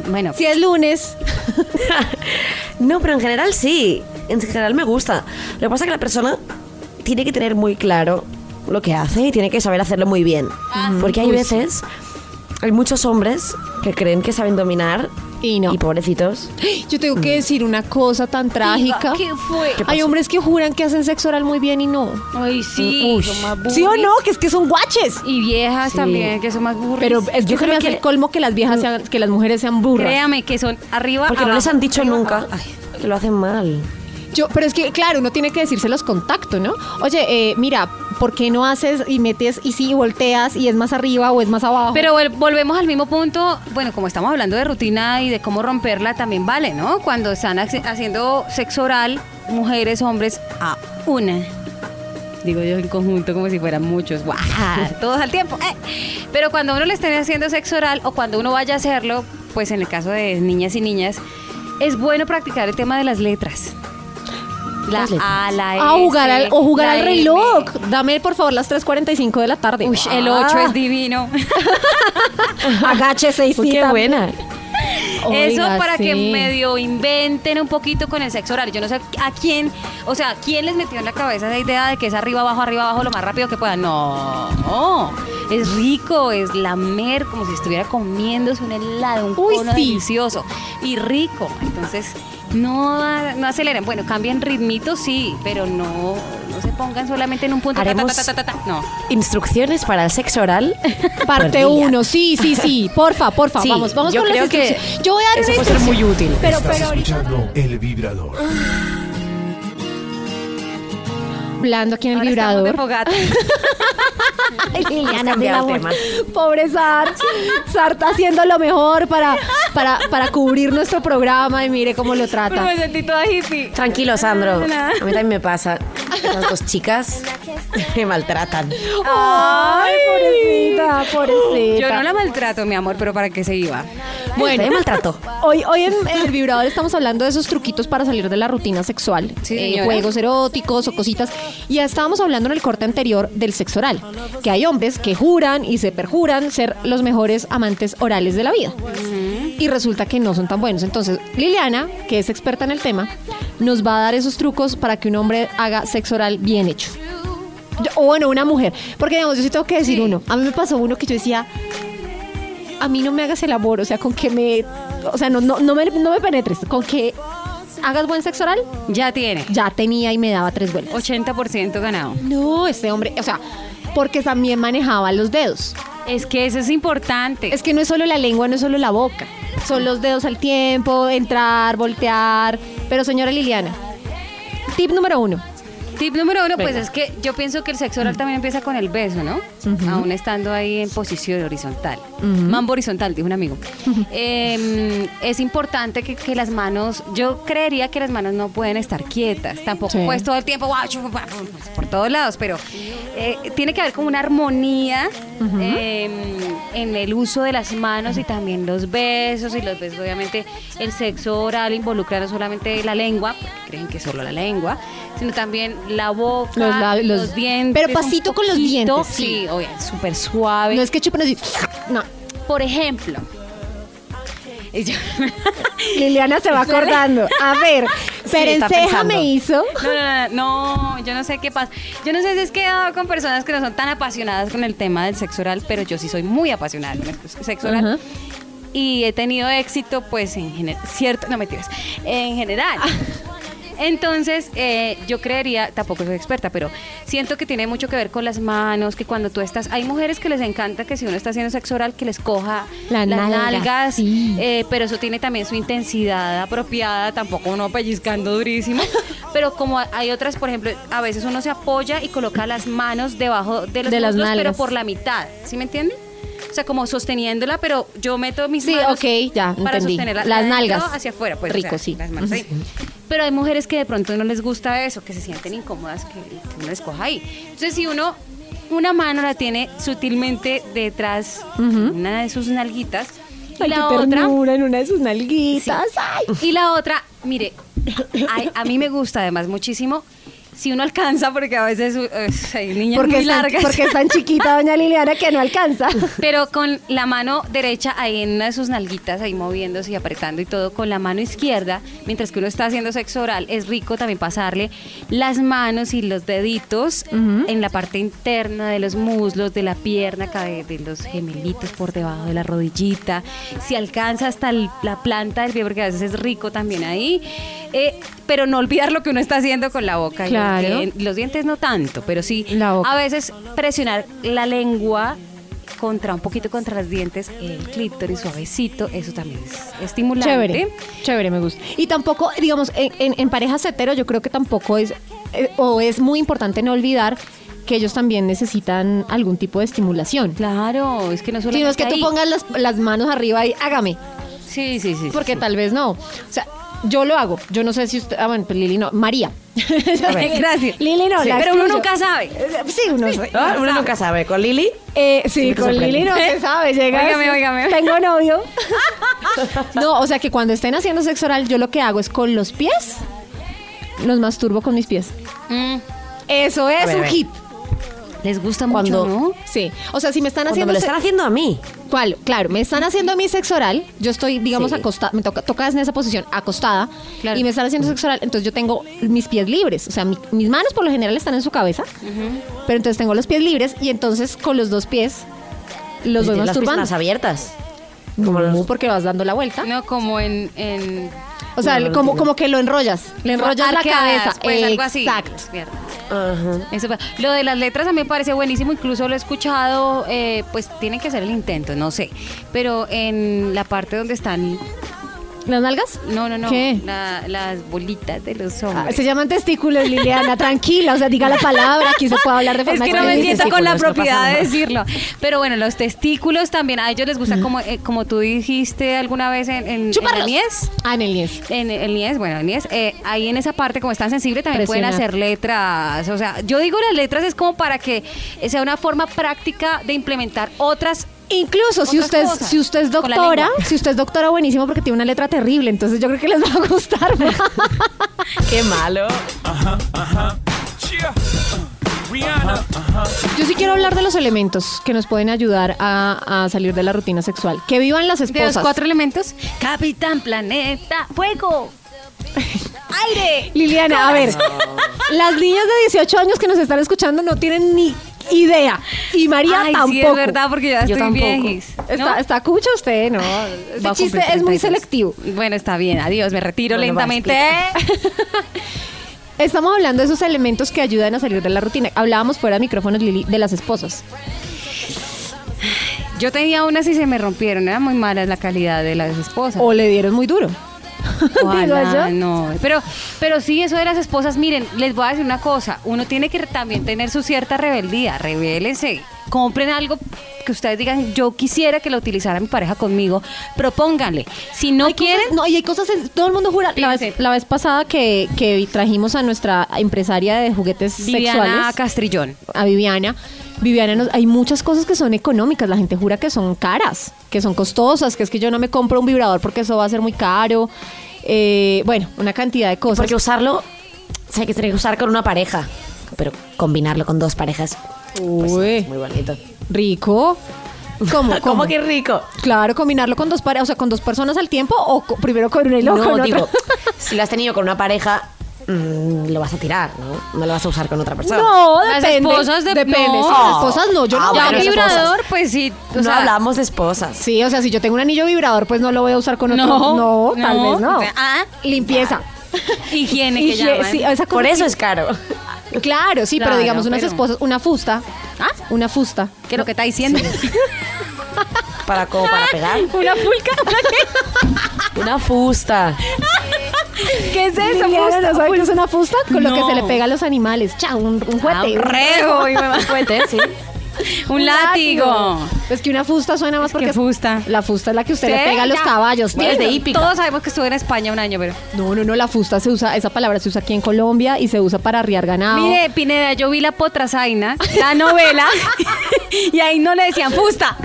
[SPEAKER 6] Bueno,
[SPEAKER 4] si es lunes,
[SPEAKER 7] No, pero en general sí. En general me gusta. Lo que pasa es que la persona tiene que tener muy claro lo que hace y tiene que saber hacerlo muy bien.
[SPEAKER 4] Ah,
[SPEAKER 7] Porque hay veces, hay muchos hombres que creen que saben dominar
[SPEAKER 4] y no.
[SPEAKER 7] y pobrecitos.
[SPEAKER 4] Yo tengo que decir una cosa tan trágica.
[SPEAKER 6] ¿qué fue?
[SPEAKER 7] ¿Qué
[SPEAKER 4] Hay
[SPEAKER 7] pasó?
[SPEAKER 4] hombres que juran que hacen sexo oral muy bien y no.
[SPEAKER 6] Ay, sí.
[SPEAKER 7] Uy.
[SPEAKER 6] son más
[SPEAKER 4] ¿Sí o
[SPEAKER 6] burris.
[SPEAKER 4] no? Que es que son guaches.
[SPEAKER 6] Y viejas también, que son más burris.
[SPEAKER 4] Pero es que
[SPEAKER 7] Yo
[SPEAKER 4] se
[SPEAKER 7] creo
[SPEAKER 4] me hace
[SPEAKER 7] que-
[SPEAKER 4] el colmo que las viejas sean- que las mujeres sean burras.
[SPEAKER 6] Créame que son
[SPEAKER 4] Ah,
[SPEAKER 6] arriba,
[SPEAKER 7] Porque no
[SPEAKER 6] abajo,
[SPEAKER 7] les han dicho
[SPEAKER 6] arriba,
[SPEAKER 7] nunca
[SPEAKER 6] abajo. Ay,
[SPEAKER 7] que lo hacen mal.
[SPEAKER 4] Yo, pero es que, claro, uno tiene que decirse los contactos, ¿no? Oye, eh, mira, ¿por qué no haces y metes y sí, volteas y es más arriba o es más abajo?
[SPEAKER 6] Pero vol- volvemos al mismo punto, bueno, como estamos hablando de rutina y de cómo romperla, también vale, ¿no? Cuando están haci- haciendo sexo oral, mujeres, hombres, a una. Digo yo en conjunto como si fueran muchos, ¡guau! todos al tiempo. ¡eh! Pero cuando uno le esté haciendo sexo oral o cuando uno vaya a hacerlo, pues en el caso de niñas y niñas, es bueno practicar el tema de las letras. La
[SPEAKER 7] Las letras.
[SPEAKER 6] A, la S,
[SPEAKER 4] a jugar al, Ah, o jugar
[SPEAKER 6] la
[SPEAKER 4] al
[SPEAKER 6] M.
[SPEAKER 4] reloj. Dame, por favor, las 3.45 de la tarde. Ah,
[SPEAKER 6] Uy, el 8 es divino.
[SPEAKER 4] Agáchese y
[SPEAKER 7] Uy,
[SPEAKER 4] sí,
[SPEAKER 7] qué
[SPEAKER 4] también.
[SPEAKER 7] buena.
[SPEAKER 6] Eso
[SPEAKER 4] Oiga,
[SPEAKER 6] para que
[SPEAKER 4] sí.
[SPEAKER 6] medio inventen un poquito con el sexo oral. Yo no sé a quién, o sea, quién les metió en la cabeza esa idea de que es arriba, abajo, arriba, abajo, lo más rápido que puedan. No, es rico, es lamer como si estuviera comiéndose un helado, un
[SPEAKER 4] Uy,
[SPEAKER 6] cono
[SPEAKER 4] sí.
[SPEAKER 6] delicioso y rico. Entonces, no, no aceleren. Bueno, cambien ritmito, sí, pero no, no se pongan solamente en un punto. ta, ta,
[SPEAKER 7] Haremos-
[SPEAKER 6] ta, ta, ta, ta, ta. No.
[SPEAKER 7] Instrucciones para el sexo oral.
[SPEAKER 4] Parte
[SPEAKER 7] Por día.
[SPEAKER 4] 1, sí, sí, sí, porfa, porfa,
[SPEAKER 7] Sí,
[SPEAKER 4] vamos, vamos
[SPEAKER 7] yo
[SPEAKER 4] con las
[SPEAKER 7] creo que
[SPEAKER 4] instrucciones. Yo voy a dar
[SPEAKER 7] eso
[SPEAKER 4] una
[SPEAKER 7] puede ser
[SPEAKER 4] instrucción,
[SPEAKER 7] muy útil.
[SPEAKER 4] Pero,
[SPEAKER 3] Estás
[SPEAKER 4] pero ahorita,
[SPEAKER 3] escuchando el vibrador.
[SPEAKER 4] hablando aquí en el
[SPEAKER 6] Ahora estamos de
[SPEAKER 4] vibrador.
[SPEAKER 6] fogata.
[SPEAKER 4] Ay, Liliana,
[SPEAKER 7] cambiar
[SPEAKER 4] por
[SPEAKER 7] el
[SPEAKER 4] favor. Pobre Sart. Sart está haciendo lo mejor para, para, para cubrir nuestro programa y mire cómo lo
[SPEAKER 6] Pero
[SPEAKER 4] trata.
[SPEAKER 6] me sentí toda hippie.
[SPEAKER 7] Tranquilo, Sandro. A mí también me pasa. Las dos chicas me maltratan.
[SPEAKER 4] Ay, pobrecita, pobrecita.
[SPEAKER 6] Yo no la maltrato, mi amor, pero ¿para qué se iba?
[SPEAKER 7] Bueno, me maltrató.
[SPEAKER 4] Hoy, hoy en el vibrador estamos hablando de esos truquitos para salir de la rutina sexual,
[SPEAKER 6] Sí,
[SPEAKER 4] Eh,
[SPEAKER 6] señora.
[SPEAKER 4] juegos eróticos o cositas. Y ya estábamos hablando en el corte anterior del sexo oral, que hay hombres que juran y se perjuran ser los mejores amantes orales de la vida. Y resulta que no son tan buenos. Entonces, Liliana, que es experta en el tema, nos va a dar esos trucos para que un hombre haga sexo oral bien hecho. Yo- o bueno, una mujer. Porque digamos, yo sí tengo que decir uno. A mí me pasó uno que yo decía, a mí no me hagas el amor, o sea, con que me, o sea, no, no, no, me, no me penetres, con que hagas buen sexo oral,
[SPEAKER 6] Ya tiene.
[SPEAKER 4] ya tenía y me daba tres vueltas.
[SPEAKER 6] 80% ganado.
[SPEAKER 4] No, este hombre, o sea, porque también manejaba los dedos.
[SPEAKER 6] Es que eso es importante.
[SPEAKER 4] Es que no es solo la lengua, no es solo la boca, son los dedos al tiempo, entrar, voltear. Pero señora Liliana, tip número uno.
[SPEAKER 6] Tip número uno, pues es que yo pienso que el sexo oral también empieza con el beso, ¿no? Aún estando ahí en posición horizontal. Mambo horizontal, dijo un amigo. Eh, es importante que, que las manos, yo creería que las manos no pueden estar quietas. Tampoco
[SPEAKER 4] Sí.
[SPEAKER 6] pues todo el tiempo, guau, chu, guau, por todos lados, pero eh, tiene que haber como una armonía eh, en el uso de las manos y también los besos. Y los besos, obviamente, el sexo oral involucra no solamente la lengua, porque creen que es solo la lengua, sino también la boca,
[SPEAKER 4] Los
[SPEAKER 6] los,
[SPEAKER 4] labios, los-
[SPEAKER 6] dientes.
[SPEAKER 4] pero pasito
[SPEAKER 6] un
[SPEAKER 4] con los
[SPEAKER 6] poquito,
[SPEAKER 4] dientes,
[SPEAKER 6] Sí,
[SPEAKER 4] sí.
[SPEAKER 6] oye, súper suave.
[SPEAKER 4] No es que chupen así. No,
[SPEAKER 6] Por ejemplo. y yo-
[SPEAKER 4] Liliana se va acordando. A ver,
[SPEAKER 7] está
[SPEAKER 4] Perenceja
[SPEAKER 7] pensando.
[SPEAKER 4] me hizo.
[SPEAKER 6] No, no, no, no, yo no sé qué pasa. Yo no sé si es que he dado con personas que no son tan apasionadas con el tema del sexo oral, pero yo sí soy muy apasionada con el sexo oral.
[SPEAKER 4] Ajá.
[SPEAKER 6] Y he tenido éxito, pues, en general, cierto, no mentiras, en general.
[SPEAKER 4] Ah.
[SPEAKER 6] Entonces, eh, yo creería, tampoco soy experta, pero siento que tiene mucho que ver con las manos, que cuando tú estás, hay mujeres que les encanta que si uno está haciendo sexo oral, que les coja
[SPEAKER 4] La
[SPEAKER 6] las
[SPEAKER 4] nalga,
[SPEAKER 6] nalgas,
[SPEAKER 4] sí.
[SPEAKER 6] eh, pero eso tiene también su intensidad apropiada, tampoco uno pellizcando durísimo. Pero como a- hay otras, por ejemplo, a veces uno se apoya y coloca las manos debajo de los
[SPEAKER 4] De las
[SPEAKER 6] muslos, pero
[SPEAKER 4] nalgas.
[SPEAKER 6] por la mitad, ¿sí me entiende? O sea, como sosteniéndola, pero yo meto mis
[SPEAKER 4] Sí,
[SPEAKER 6] manos
[SPEAKER 4] ok, ya,
[SPEAKER 6] para
[SPEAKER 4] entendí.
[SPEAKER 6] sostenerla
[SPEAKER 4] Las
[SPEAKER 6] de adentro
[SPEAKER 4] nalgas.
[SPEAKER 6] hacia afuera, pues, o
[SPEAKER 4] Rico,
[SPEAKER 6] sea,
[SPEAKER 4] sí.
[SPEAKER 6] las manos ahí. Pero hay mujeres que de pronto no les gusta eso, que se sienten incómodas que, que uno les coja ahí. Entonces, si uno una mano la tiene sutilmente detrás una de sus nalguitas y la otra
[SPEAKER 4] en una de sus nalguitas. Ay.
[SPEAKER 6] y la otra, mire, ay, a, mí me gusta además muchísimo si uno alcanza, porque a veces eh, hay niñas
[SPEAKER 4] Porque
[SPEAKER 6] muy
[SPEAKER 4] es, tan,
[SPEAKER 6] largas.
[SPEAKER 4] porque es tan chiquita doña Liliana que no alcanza.
[SPEAKER 6] Pero con la mano derecha ahí en una de sus nalguitas, ahí moviéndose y apretando y todo, con la mano izquierda, mientras que uno está haciendo sexo oral, es rico también pasarle las manos y los deditos en la parte interna de los muslos, de la pierna, cabe- de los gemelitos por debajo de la rodillita. Si alcanza hasta el- la planta del pie, porque a veces es rico también ahí. Eh, pero no olvidar lo que uno está haciendo con la boca. y los
[SPEAKER 4] Claro.
[SPEAKER 6] dien- Los, dientes no tanto, pero sí
[SPEAKER 4] La boca.
[SPEAKER 6] a veces presionar la lengua contra un poquito contra los dientes, el clítoris suavecito, eso también es estimulante.
[SPEAKER 4] Chévere, chévere, me gusta. Y tampoco, digamos, en, en, en parejas hetero yo creo que tampoco es, eh, o es muy importante no olvidar que ellos también necesitan algún tipo de estimulación.
[SPEAKER 6] Claro, es que no solo
[SPEAKER 4] Si no es que tú pongas las, las manos arriba y hágame,
[SPEAKER 6] Sí, sí, sí.
[SPEAKER 4] porque tal vez no. O sea, yo lo hago. Yo no sé si usted, ah, bueno, pues Lili no, María.
[SPEAKER 6] Gracias.
[SPEAKER 4] Lili no,
[SPEAKER 6] Sí,
[SPEAKER 4] la
[SPEAKER 6] pero uno
[SPEAKER 4] excluyo.
[SPEAKER 6] nunca sabe.
[SPEAKER 4] Eh, Sí, uno sabe.
[SPEAKER 7] Ah, Uno nunca sabe. Con Lili,
[SPEAKER 4] Eh, sí,
[SPEAKER 7] Siempre te
[SPEAKER 4] con
[SPEAKER 7] sorprende.
[SPEAKER 4] Lili no se sabe, llega. a
[SPEAKER 6] Óigame,
[SPEAKER 4] decir,
[SPEAKER 6] óigame.
[SPEAKER 4] Tengo novio. no, o sea que cuando estén haciendo sexo oral, yo lo que hago es con los pies, los masturbo con mis pies.
[SPEAKER 6] Mm,
[SPEAKER 4] Eso es
[SPEAKER 7] A ver, a
[SPEAKER 4] un
[SPEAKER 7] ver.
[SPEAKER 4] hit.
[SPEAKER 6] les gusta
[SPEAKER 7] Cuando-
[SPEAKER 6] mucho, ¿no?
[SPEAKER 4] Sí. O sea, si me están
[SPEAKER 7] cuando
[SPEAKER 4] haciendo.
[SPEAKER 7] me lo
[SPEAKER 4] se-
[SPEAKER 7] están haciendo a mí.
[SPEAKER 4] ¿Cuál? Claro, me están haciendo mi sexo oral. Yo estoy, digamos,
[SPEAKER 7] Sí.
[SPEAKER 4] acostada. Me toca, toca en esa posición, acostada.
[SPEAKER 6] Claro.
[SPEAKER 4] Y me están haciendo sexo oral. Entonces yo tengo mis pies libres. O sea, mi- mis manos por lo general están en su cabeza. Pero entonces tengo los pies libres. Y entonces con los dos pies los voy
[SPEAKER 7] Desde las
[SPEAKER 4] masturbando.
[SPEAKER 7] piernas abiertas.
[SPEAKER 4] Como porque vas dando la vuelta.
[SPEAKER 6] No, como en, en
[SPEAKER 4] O sea,
[SPEAKER 7] No, no,
[SPEAKER 4] como,
[SPEAKER 7] no.
[SPEAKER 4] como que lo enrollas. Le enrollas la
[SPEAKER 6] arqueadas,
[SPEAKER 4] cabeza.
[SPEAKER 6] pues, algo así.
[SPEAKER 4] Exacto.
[SPEAKER 6] Mierda. Eso fue- Lo de las letras a mí me parece buenísimo, incluso lo he escuchado, eh, pues tienen que hacer el intento, no sé. Pero en la parte donde están,
[SPEAKER 4] ¿Las nalgas?
[SPEAKER 6] no, no, no,
[SPEAKER 4] ¿Qué?
[SPEAKER 6] la- las bolitas de los
[SPEAKER 4] Ah,
[SPEAKER 6] hombres.
[SPEAKER 4] se llaman testículos, Liliana, tranquila, o sea, diga la palabra, aquí se puede hablar de
[SPEAKER 6] es
[SPEAKER 4] forma
[SPEAKER 6] que no me
[SPEAKER 4] correcta.
[SPEAKER 6] siento con la
[SPEAKER 7] testículos, no pasa
[SPEAKER 6] propiedad
[SPEAKER 7] nada.
[SPEAKER 6] de decirlo. Pero bueno, los testículos también, a ellos les gusta, como, eh, como tú dijiste alguna vez en, en, en la
[SPEAKER 4] Chuparlos.
[SPEAKER 6] niez.
[SPEAKER 4] Ah, en el 10.
[SPEAKER 6] En el Nies, bueno, el Nies, eh, ahí en esa parte, como es tan sensible, también pueden
[SPEAKER 4] Presiona.
[SPEAKER 6] hacer letras. O sea, yo digo las letras es como para que sea una forma práctica de implementar otras.
[SPEAKER 4] Incluso si
[SPEAKER 6] Otras
[SPEAKER 4] usted, es-
[SPEAKER 6] cosas.
[SPEAKER 4] si usted es
[SPEAKER 6] Con la
[SPEAKER 4] doctora,
[SPEAKER 6] lengua.
[SPEAKER 4] si usted es doctora, buenísimo porque tiene una letra terrible, entonces yo creo que les va a gustar. más.
[SPEAKER 7] Qué malo.
[SPEAKER 4] Yo sí quiero hablar de los elementos que nos pueden ayudar a, a salir de la rutina sexual. Que vivan las
[SPEAKER 6] De los
[SPEAKER 4] esposas.
[SPEAKER 6] cuatro elementos, Capitán Planeta, Fuego, Aire.
[SPEAKER 4] Liliana, a ver, las niñas de 18 años que nos están escuchando no tienen ni idea. Y María
[SPEAKER 6] Ay,
[SPEAKER 4] tampoco.
[SPEAKER 6] sí, es verdad, porque ya
[SPEAKER 7] Yo
[SPEAKER 6] estoy
[SPEAKER 7] tampoco.
[SPEAKER 6] viejis, ¿no?
[SPEAKER 4] Está, está cucha usted, ¿no?
[SPEAKER 6] Va
[SPEAKER 4] Ese
[SPEAKER 6] a
[SPEAKER 4] chiste
[SPEAKER 6] cumplir
[SPEAKER 4] es muy
[SPEAKER 6] 32.
[SPEAKER 4] selectivo.
[SPEAKER 6] Bueno, está bien, adiós, me retiro
[SPEAKER 7] Bueno, va,
[SPEAKER 6] lentamente.
[SPEAKER 4] Estamos hablando de esos elementos que ayudan a salir de la rutina. Hablábamos fuera de micrófonos, Lili, de las esposas.
[SPEAKER 6] Yo tenía unas y se me rompieron, era muy mala la calidad de las esposas.
[SPEAKER 4] O le dieron muy duro. Digo yo.
[SPEAKER 6] Ojalá, no. Pero, pero sí, eso de las esposas, miren, les voy a decir una cosa. Uno tiene que también tener su cierta rebeldía. Rebélense. Compren algo que ustedes digan, yo quisiera que lo utilizara mi pareja conmigo. Propónganle. Si no
[SPEAKER 4] Hay cosas-
[SPEAKER 6] quieren,
[SPEAKER 4] no, y hay cosas. en- todo el mundo jura. La vez,
[SPEAKER 6] Piensen.
[SPEAKER 4] la vez pasada que, que trajimos a nuestra empresaria de juguetes
[SPEAKER 6] Viviana
[SPEAKER 4] sexuales.
[SPEAKER 6] Castrillón.
[SPEAKER 4] a Viviana. Viviana, nos- hay muchas cosas que son económicas. La gente jura que son caras, que son costosas, que es que yo no me compro un vibrador porque eso va a ser muy caro. Eh, bueno, una cantidad de cosas.
[SPEAKER 7] Porque usarlo, sé que tiene que usar con una pareja, pero combinarlo con dos parejas. pues,
[SPEAKER 4] Uy.
[SPEAKER 7] es muy bonito.
[SPEAKER 4] rico. ¿Cómo?
[SPEAKER 7] ¿Cómo, que rico?
[SPEAKER 4] Claro, combinarlo con dos pares, o sea, con dos personas al tiempo o co- primero con una y luego
[SPEAKER 7] no,
[SPEAKER 4] con
[SPEAKER 7] digo,
[SPEAKER 4] otra.
[SPEAKER 7] si lo has tenido con una pareja, mm, lo vas a tirar, ¿no? No lo vas a usar con otra persona.
[SPEAKER 4] No,
[SPEAKER 6] Las
[SPEAKER 4] depende.
[SPEAKER 6] esposas de-
[SPEAKER 4] depende.
[SPEAKER 6] no.
[SPEAKER 4] Sí, las esposas no, yo
[SPEAKER 7] Ah,
[SPEAKER 4] no.
[SPEAKER 6] ya
[SPEAKER 7] bueno,
[SPEAKER 6] un
[SPEAKER 7] esas
[SPEAKER 6] vibrador, pues sí. o
[SPEAKER 7] No
[SPEAKER 6] sea,
[SPEAKER 7] hablamos de esposas.
[SPEAKER 4] Sí, o sea, si yo tengo un anillo vibrador, pues no lo voy a usar con otro.
[SPEAKER 6] No,
[SPEAKER 4] no, tal
[SPEAKER 6] no.
[SPEAKER 4] vez no.
[SPEAKER 6] Ah,
[SPEAKER 4] limpieza.
[SPEAKER 6] Higiene que
[SPEAKER 4] Higie-
[SPEAKER 6] llaman.
[SPEAKER 4] sí, esa
[SPEAKER 7] Por
[SPEAKER 4] cosa
[SPEAKER 7] eso
[SPEAKER 4] que-
[SPEAKER 7] es caro.
[SPEAKER 4] Claro, sí,
[SPEAKER 6] Claro,
[SPEAKER 4] pero digamos unas
[SPEAKER 6] pero-
[SPEAKER 4] esposas, una fusta.
[SPEAKER 6] ¿Ah?
[SPEAKER 4] Una fusta.
[SPEAKER 6] que lo que está diciendo.
[SPEAKER 7] Para como para pegar.
[SPEAKER 4] ¿Una fulca?
[SPEAKER 7] Una fusta.
[SPEAKER 4] ¿Qué es eso? ¿No sabe qué es una fusta? Con lo que
[SPEAKER 6] No.
[SPEAKER 4] se le pega a los animales. Chao, un, un
[SPEAKER 6] Ah,
[SPEAKER 4] juguete.
[SPEAKER 6] un rego, hijo de madre.
[SPEAKER 7] Fuente, sí.
[SPEAKER 6] un látigo.
[SPEAKER 4] Es que una fusta suena más
[SPEAKER 6] Es
[SPEAKER 4] porque.
[SPEAKER 6] que fusta.
[SPEAKER 4] La fusta es la que usted le
[SPEAKER 6] Sí,
[SPEAKER 4] pega a los
[SPEAKER 6] ya.
[SPEAKER 4] caballos. pues.
[SPEAKER 7] Bueno,
[SPEAKER 4] tío.
[SPEAKER 7] de hípica.
[SPEAKER 6] Todos sabemos que estuve en España un año, pero.
[SPEAKER 4] No, no, no, la fusta se usa, esa palabra se usa aquí en Colombia y se usa para arriar ganado.
[SPEAKER 6] Mire, Pineda, yo vi la potrazaina, la novela, y ahí no le decían fusta.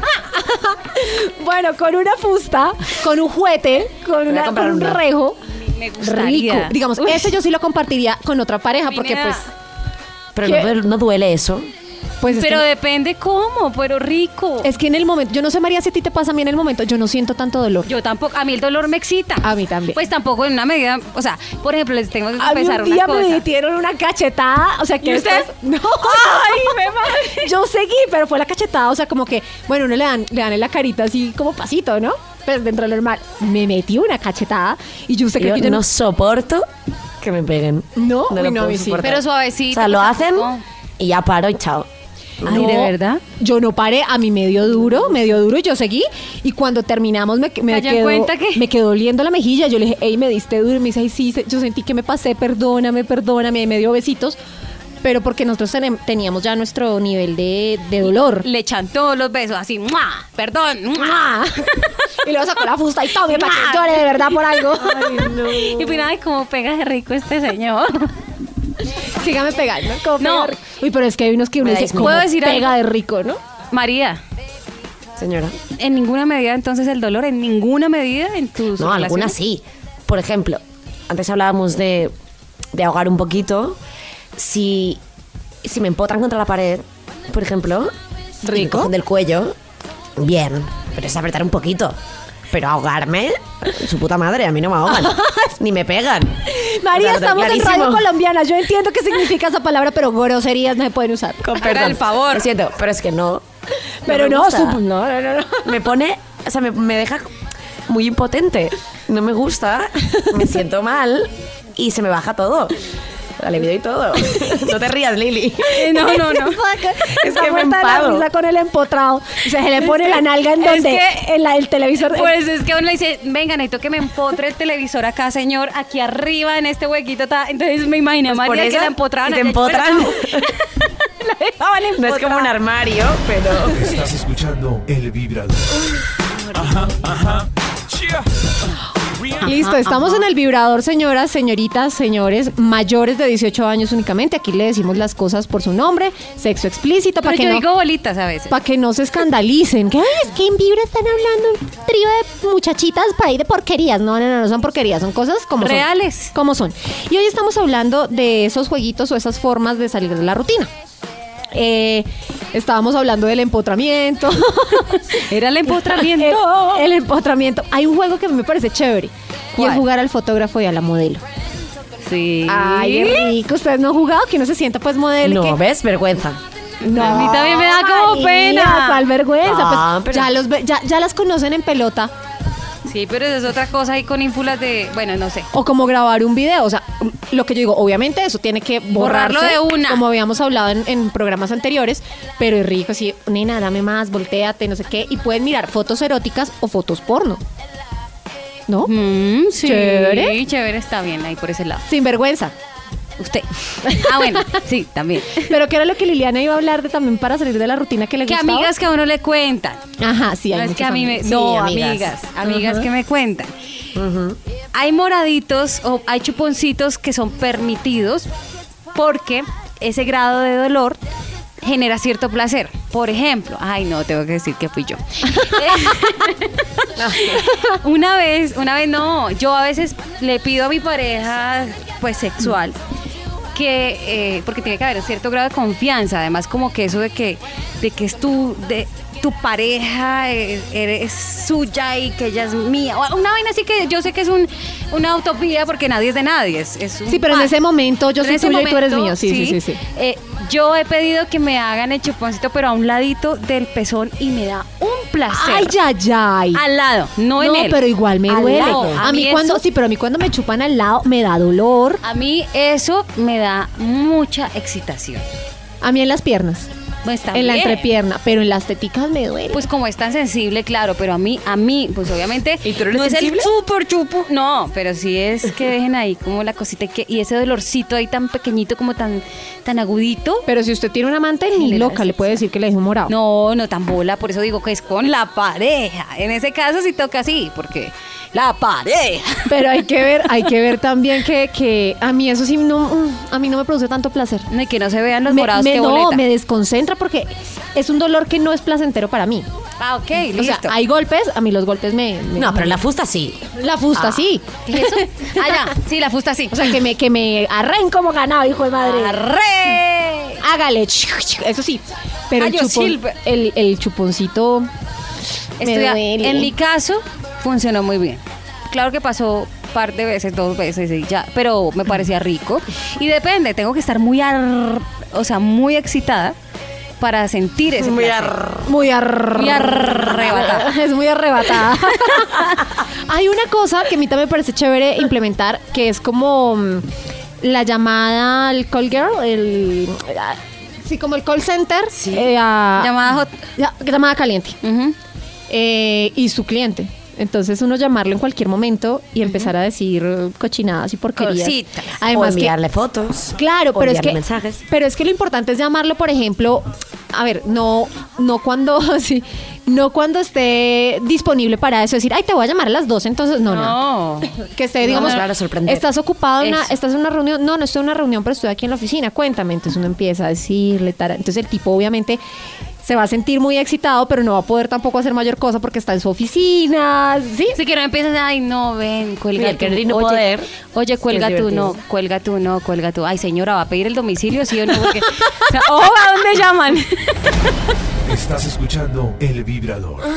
[SPEAKER 4] Bueno, con una fusta, con un juguete, con, una, con
[SPEAKER 7] comprar
[SPEAKER 4] un
[SPEAKER 7] una.
[SPEAKER 4] rejo.
[SPEAKER 6] Me gustaría.
[SPEAKER 4] Rico. Digamos,
[SPEAKER 6] Uy,
[SPEAKER 4] ese yo sí lo compartiría con otra pareja porque
[SPEAKER 6] Pineda,
[SPEAKER 4] pues...
[SPEAKER 7] Pero
[SPEAKER 4] ¿Qué?
[SPEAKER 7] no, duele- no duele eso.
[SPEAKER 4] pues es que
[SPEAKER 6] Pero
[SPEAKER 4] no-
[SPEAKER 6] depende cómo, pero rico.
[SPEAKER 4] Es que en el momento, yo no sé María si a ti te pasa a mí en el momento, yo no siento tanto dolor.
[SPEAKER 6] Yo tampoco, a mí el dolor me excita.
[SPEAKER 4] A mí también.
[SPEAKER 6] Pues tampoco en una medida, o sea, por ejemplo, les tengo que
[SPEAKER 4] a mí
[SPEAKER 6] confesar
[SPEAKER 4] un día
[SPEAKER 6] una
[SPEAKER 4] me
[SPEAKER 6] cosa.
[SPEAKER 4] metieron una cachetada, o sea que
[SPEAKER 6] ¿Y usted?
[SPEAKER 4] después- no, yo seguí, pero fue la cachetada, o sea como que, bueno, uno le dan, le dan en la carita así como pasito, ¿no? Pues dentro de lo normal, me metí una cachetada y yo usted cree
[SPEAKER 7] Yo
[SPEAKER 4] que yo
[SPEAKER 7] no soporto que me peguen.
[SPEAKER 4] No, uy,
[SPEAKER 7] lo
[SPEAKER 4] no, a
[SPEAKER 7] puedo
[SPEAKER 4] mí sí.
[SPEAKER 7] soportar.
[SPEAKER 6] Pero suavecito,
[SPEAKER 7] O sea, lo
[SPEAKER 6] pues,
[SPEAKER 7] hacen
[SPEAKER 6] tampoco.
[SPEAKER 7] y ya paro y chao.
[SPEAKER 6] Ay,
[SPEAKER 4] No,
[SPEAKER 6] ¿de verdad?
[SPEAKER 4] Yo no paré, a mí me dio duro, me dio duro, yo seguí y cuando terminamos me, me
[SPEAKER 6] Cayó en
[SPEAKER 4] quedó
[SPEAKER 6] cuenta que-
[SPEAKER 4] me quedó oliendo la mejilla, yo le dije, "Ey, me diste duro", y me dice, "Ay, sí, se- yo sentí que me pasé, perdóname, perdóname", y me dio besitos, pero porque nosotros tenem- teníamos ya nuestro nivel de, de dolor.
[SPEAKER 6] Le echan todos los besos, así, ¡mua! Perdón, ¡mua!
[SPEAKER 4] ¡Ah! y luego sacó la fusta y tome para que llore de verdad por algo.
[SPEAKER 6] Y al final, ay, cómo pega de rico este señor.
[SPEAKER 4] Sígame pegando. como
[SPEAKER 6] No.
[SPEAKER 4] pega de rico. Uy, pero es que hay unos que uno
[SPEAKER 7] Me
[SPEAKER 4] dice,
[SPEAKER 7] desnudo.
[SPEAKER 4] "¿Cómo
[SPEAKER 6] ¿Puedo decir
[SPEAKER 4] pega
[SPEAKER 6] algo?
[SPEAKER 4] de rico, ¿no?
[SPEAKER 6] María,
[SPEAKER 7] Señora.
[SPEAKER 6] en ninguna medida entonces el dolor, en ninguna medida en tus
[SPEAKER 7] No, algunas
[SPEAKER 6] relaciones?
[SPEAKER 7] sí. Por ejemplo, antes hablábamos de, de ahogar un poquito. Si, si me empotran contra la pared, por ejemplo, y me
[SPEAKER 4] Rico.
[SPEAKER 7] cogen del cuello, bien, pero es apretar un poquito. Pero ahogarme, su puta madre, a mí no me ahogan, ni me pegan.
[SPEAKER 4] María,
[SPEAKER 7] O sea,
[SPEAKER 4] estamos en
[SPEAKER 7] clarísimo.
[SPEAKER 4] radio colombiana. Yo entiendo qué significa esa palabra, pero groserías no se pueden usar.
[SPEAKER 7] Con perdón.
[SPEAKER 6] el favor.
[SPEAKER 7] Lo siento, pero es que no.
[SPEAKER 4] Pero
[SPEAKER 7] me
[SPEAKER 4] no,
[SPEAKER 7] gusta.
[SPEAKER 4] sup- no, no, no, no.
[SPEAKER 7] Me pone, o sea, me, me deja muy impotente. No me gusta, me siento mal y se me baja todo. La libido y todo. No te rías, Lili.
[SPEAKER 6] No, no, no.
[SPEAKER 7] Es
[SPEAKER 8] Está
[SPEAKER 7] que me
[SPEAKER 8] muerta de la
[SPEAKER 7] enfado.
[SPEAKER 8] risa con el empotrado. O sea, se le pone la nalga en
[SPEAKER 6] es
[SPEAKER 8] donde
[SPEAKER 6] que-
[SPEAKER 8] en la- el televisor.
[SPEAKER 6] Pues es que uno le dice, venga, necesito que me empotre el televisor acá, señor, aquí arriba en este huequito. ta". Entonces me imaginé a
[SPEAKER 7] Pues por
[SPEAKER 6] María que
[SPEAKER 7] eso,
[SPEAKER 6] la empotraban.
[SPEAKER 7] si te
[SPEAKER 6] allá.
[SPEAKER 7] empotran.
[SPEAKER 6] La dejaban
[SPEAKER 7] No es como un
[SPEAKER 6] empotrada.
[SPEAKER 7] armario, pero.
[SPEAKER 3] Estás escuchando el vibrador.
[SPEAKER 4] Listo, estamos en el vibrador, señoras, señoritas, señores, mayores de 18 años únicamente. Aquí le decimos las cosas por su nombre, sexo explícito, para
[SPEAKER 6] Pero
[SPEAKER 4] que
[SPEAKER 6] Pues yo
[SPEAKER 4] no...
[SPEAKER 6] digo bolitas a veces.
[SPEAKER 4] Para que no se escandalicen. Que, "Ay,
[SPEAKER 5] Es que en Vibra están hablando un trío de muchachitas para ir de porquerías. No, no, no, no son porquerías, son cosas como son.
[SPEAKER 6] Reales.
[SPEAKER 4] ¿Cómo son? Y hoy estamos hablando de esos jueguitos o esas formas de salir de la rutina. Eh, estábamos hablando del empotramiento.
[SPEAKER 6] Era el
[SPEAKER 4] el,
[SPEAKER 6] empotramiento.
[SPEAKER 7] Eh,
[SPEAKER 4] el empotramiento. Hay un juego que me parece chévere. Y
[SPEAKER 6] ¿Cuál?
[SPEAKER 4] es jugar al fotógrafo y a la modelo.
[SPEAKER 6] Sí.
[SPEAKER 4] Ay, es rico. Ustedes no han jugado, que uno se sienta pues modelo. y
[SPEAKER 7] No,
[SPEAKER 4] que-
[SPEAKER 7] ¿ves? Vergüenza.
[SPEAKER 6] A mí también me da como
[SPEAKER 8] María,
[SPEAKER 6] pena.
[SPEAKER 8] ¿Cuál vergüenza? Pues,
[SPEAKER 7] Ah, pero-
[SPEAKER 4] ya, los ve- ya, ya las conocen en pelota.
[SPEAKER 6] Sí, pero esa es otra cosa ahí con ínfulas de. Bueno, no sé.
[SPEAKER 4] O como grabar un video. O sea, lo que yo digo, obviamente eso tiene que borrarse,
[SPEAKER 6] Borrarlo de una.
[SPEAKER 4] Como habíamos hablado en, en programas anteriores. Pero es rico, así, nena, dame más, volteate, no sé qué. Y pueden mirar fotos eróticas o fotos porno. ¿No?
[SPEAKER 6] Mm, sí.
[SPEAKER 4] Chévere.
[SPEAKER 6] Chévere, está bien ahí por ese lado.
[SPEAKER 4] Sin vergüenza.
[SPEAKER 6] Usted. Ah, bueno, sí, también.
[SPEAKER 4] Pero que era lo que Liliana iba a hablar de también para salir de la rutina que le
[SPEAKER 6] Que
[SPEAKER 4] gustaba.
[SPEAKER 6] amigas que a uno le cuentan.
[SPEAKER 4] Ajá, sí, hay
[SPEAKER 6] no es que
[SPEAKER 4] muchas
[SPEAKER 6] a mí me,
[SPEAKER 4] amigas.
[SPEAKER 6] no,
[SPEAKER 7] Sí, amigas.
[SPEAKER 6] amigas, amigas que me cuentan. Hay moraditos o hay chuponcitos que son permitidos porque ese grado de dolor genera cierto placer. Por ejemplo, ay no, tengo que decir que fui yo. una vez, una vez no, yo a veces le pido a mi pareja pues sexual que eh, porque tiene que haber cierto grado de confianza, además como que eso de que de que es tu de tu pareja eh, eres suya y que ella es mía. O Una vaina así que yo sé que es un, una utopía porque nadie es de nadie. Es, es un
[SPEAKER 4] Sí, pero en
[SPEAKER 6] par.
[SPEAKER 4] ese momento yo
[SPEAKER 6] Ah, Pero en
[SPEAKER 4] soy
[SPEAKER 6] ese
[SPEAKER 4] tuyo y tú eres
[SPEAKER 6] momento,
[SPEAKER 4] mío. Sí, sí, sí, sí.
[SPEAKER 6] eh, yo he pedido que me hagan el chuponcito, pero a un ladito del pezón y me da un placer.
[SPEAKER 4] Ay, ya, ya. ay.
[SPEAKER 6] Al lado, no, en él.
[SPEAKER 4] pero igual me
[SPEAKER 6] Al
[SPEAKER 4] duele.
[SPEAKER 6] lado.
[SPEAKER 4] A, mí
[SPEAKER 6] eso-
[SPEAKER 4] cuando, sí, pero a mí cuando me chupan al lado me da dolor.
[SPEAKER 6] A mí eso me da mucha excitación.
[SPEAKER 4] A mí en las piernas,
[SPEAKER 6] Pues
[SPEAKER 4] en la
[SPEAKER 6] también.
[SPEAKER 4] entrepierna, pero en las teticas me duele.
[SPEAKER 6] Pues como es tan sensible, claro, pero a mí, a mí, pues obviamente
[SPEAKER 7] ¿Y tú eres
[SPEAKER 6] no
[SPEAKER 7] sensible?
[SPEAKER 6] es el super chupo, no, pero sí es que dejen ahí como la cosita y, que, y ese dolorcito ahí tan pequeñito, como tan, tan agudito.
[SPEAKER 4] pero si usted tiene un amante, ni
[SPEAKER 6] Genera
[SPEAKER 4] loca le puede decir que le dejó morado.
[SPEAKER 6] No, no tan bola, por eso digo que es con la pareja. En ese caso sí toca así, porque la pareja.
[SPEAKER 4] Pero hay que ver, hay que ver también que, que a mí eso sí no, mm, a mí no me produce tanto placer.
[SPEAKER 6] No, Y que no se vean los
[SPEAKER 4] Me-
[SPEAKER 6] morados
[SPEAKER 4] me-
[SPEAKER 6] que
[SPEAKER 4] no,
[SPEAKER 6] boleta.
[SPEAKER 4] me desconcentra porque es un dolor que no es placentero para mí.
[SPEAKER 6] Ah, ok, listo.
[SPEAKER 4] O sea, hay golpes, a mí los golpes me... me-
[SPEAKER 7] No, pero la fusta sí.
[SPEAKER 4] La fusta, sí.
[SPEAKER 6] ¿Qué es eso? Ah, ya, sí, la fusta así.
[SPEAKER 4] O sea, que me, que me arranco.
[SPEAKER 8] como ganado, hijo de madre.
[SPEAKER 6] ¡Arre!
[SPEAKER 4] Hágale, eso sí. Pero el,
[SPEAKER 6] Ay, yo
[SPEAKER 4] chupon-
[SPEAKER 6] silver.
[SPEAKER 4] el, el chuponcito. Me
[SPEAKER 6] Estoy a-
[SPEAKER 4] duele.
[SPEAKER 6] en mi caso, funcionó muy bien. Claro que pasó par de veces, dos veces y ya, pero me parecía rico. Y depende, tengo que estar muy, ar- o sea, muy excitada para sentir ese placer.
[SPEAKER 4] Muy, ar-
[SPEAKER 6] Muy arrebatada.
[SPEAKER 4] Es muy arrebatada. Hay una cosa que a mí también me parece chévere implementar, que es como mm, la llamada al call girl, el... ah, Sí, como el call center. eh, a-
[SPEAKER 6] Llamada hot.
[SPEAKER 4] Ya- llamada caliente.
[SPEAKER 6] Ujú.
[SPEAKER 4] eh, y su cliente. Entonces uno llamarlo en cualquier momento y empezar a decir eh, cochinadas y porquerías.
[SPEAKER 6] Cositas.
[SPEAKER 7] o
[SPEAKER 4] Además que-
[SPEAKER 7] enviarle fotos.
[SPEAKER 4] Claro,
[SPEAKER 7] o
[SPEAKER 4] pero es
[SPEAKER 7] enviarle
[SPEAKER 4] que
[SPEAKER 7] mensajes.
[SPEAKER 4] pero es que lo importante es llamarlo, por ejemplo, a ver, no no cuando sí, no cuando esté disponible para eso, decir, "Ay, te voy a llamar a las 12", entonces no, no.
[SPEAKER 6] No.
[SPEAKER 4] Que esté, digamos,
[SPEAKER 7] no, claro, sorprender.
[SPEAKER 4] estás ocupado, en una-
[SPEAKER 6] Eso.
[SPEAKER 4] estás en una reunión. No, no estoy en una reunión, pero estoy aquí en la oficina. Cuéntame. Entonces uno empieza a decirle, tara. Entonces el tipo, obviamente, se va a sentir muy excitado, pero no va a poder tampoco hacer mayor cosa porque está en su oficina. Sí,
[SPEAKER 6] Así que no empiezas, ay, no, ven,
[SPEAKER 7] Mira,
[SPEAKER 6] cuelga
[SPEAKER 7] el
[SPEAKER 6] tú.
[SPEAKER 7] querer y no
[SPEAKER 6] oye,
[SPEAKER 7] poder
[SPEAKER 6] Oye, cuelga
[SPEAKER 7] es
[SPEAKER 6] tú, no,
[SPEAKER 7] divertido.
[SPEAKER 6] cuelga tú, no, cuelga tú. Ay, señora, ¿va a pedir el domicilio, sí o no? Porque, o sea, oh, ¿a dónde llaman?
[SPEAKER 3] Estás escuchando el vibrador.
[SPEAKER 4] Ah.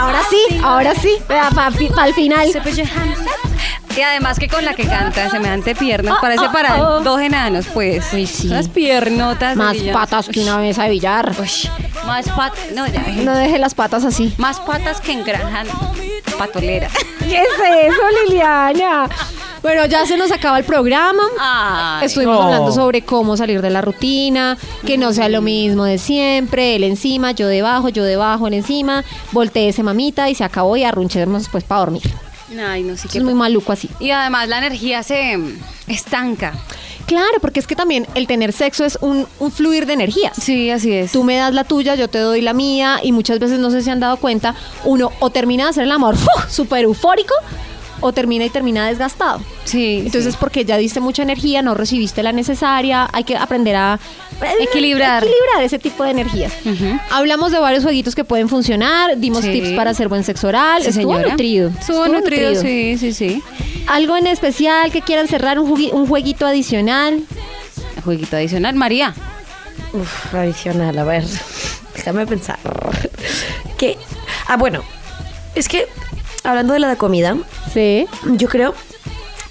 [SPEAKER 8] Ahora sí, ahora sí, para el final.
[SPEAKER 6] Y además que con la que canta, semejante piernas, parece para dos enanos, pues. Uy, ah, sí. Unas piernotas. de
[SPEAKER 4] más
[SPEAKER 6] villanos.
[SPEAKER 4] patas que una mesa de billar.
[SPEAKER 6] Ush. Más patas. No, ya.
[SPEAKER 4] No deje las patas así.
[SPEAKER 6] Más patas que en granja patolera.
[SPEAKER 8] ¿Qué es eso, Liliana?
[SPEAKER 4] Bueno, ya se nos acaba el programa.
[SPEAKER 6] Ay.
[SPEAKER 4] Estuvimos
[SPEAKER 9] no.
[SPEAKER 4] hablando sobre cómo salir de la rutina, que no sea lo mismo de siempre, él encima, yo debajo, yo debajo, él encima, volteé ese mamita y se acabó y arrunchemos pues para dormir.
[SPEAKER 6] Ay, no sé
[SPEAKER 4] Eso
[SPEAKER 6] qué.
[SPEAKER 4] es muy maluco así.
[SPEAKER 6] Y además la energía se mm, estanca.
[SPEAKER 4] Claro, porque es que también el tener sexo es un, un fluir de energías.
[SPEAKER 6] Sí, así es.
[SPEAKER 4] Tú me das la tuya, yo te doy la mía y muchas veces no sé si han dado cuenta, uno o termina de hacer el amor ¡fuh! súper eufórico o termina y termina desgastado.
[SPEAKER 6] Sí.
[SPEAKER 4] Entonces,
[SPEAKER 6] sí.
[SPEAKER 4] porque ya diste mucha energía, no recibiste la necesaria, hay que aprender a
[SPEAKER 6] Equilibrar.
[SPEAKER 4] equilibrar ese tipo de energías.
[SPEAKER 6] Ujú.
[SPEAKER 4] Hablamos de varios jueguitos que pueden funcionar, dimos
[SPEAKER 6] Sí.
[SPEAKER 4] tips para hacer buen sexo oral,
[SPEAKER 6] Sí,
[SPEAKER 4] estuvo
[SPEAKER 6] señora.
[SPEAKER 4] nutrido.
[SPEAKER 6] Estuvo nutrido, sí, sí, sí.
[SPEAKER 4] Algo en especial que quieran cerrar, un, jugui- un jueguito adicional.
[SPEAKER 6] Jueguito adicional. María.
[SPEAKER 7] Uf, adicional, a ver. Déjame pensar. Que. Ah, bueno. Es que, hablando de la de comida,
[SPEAKER 4] Sí.
[SPEAKER 7] yo creo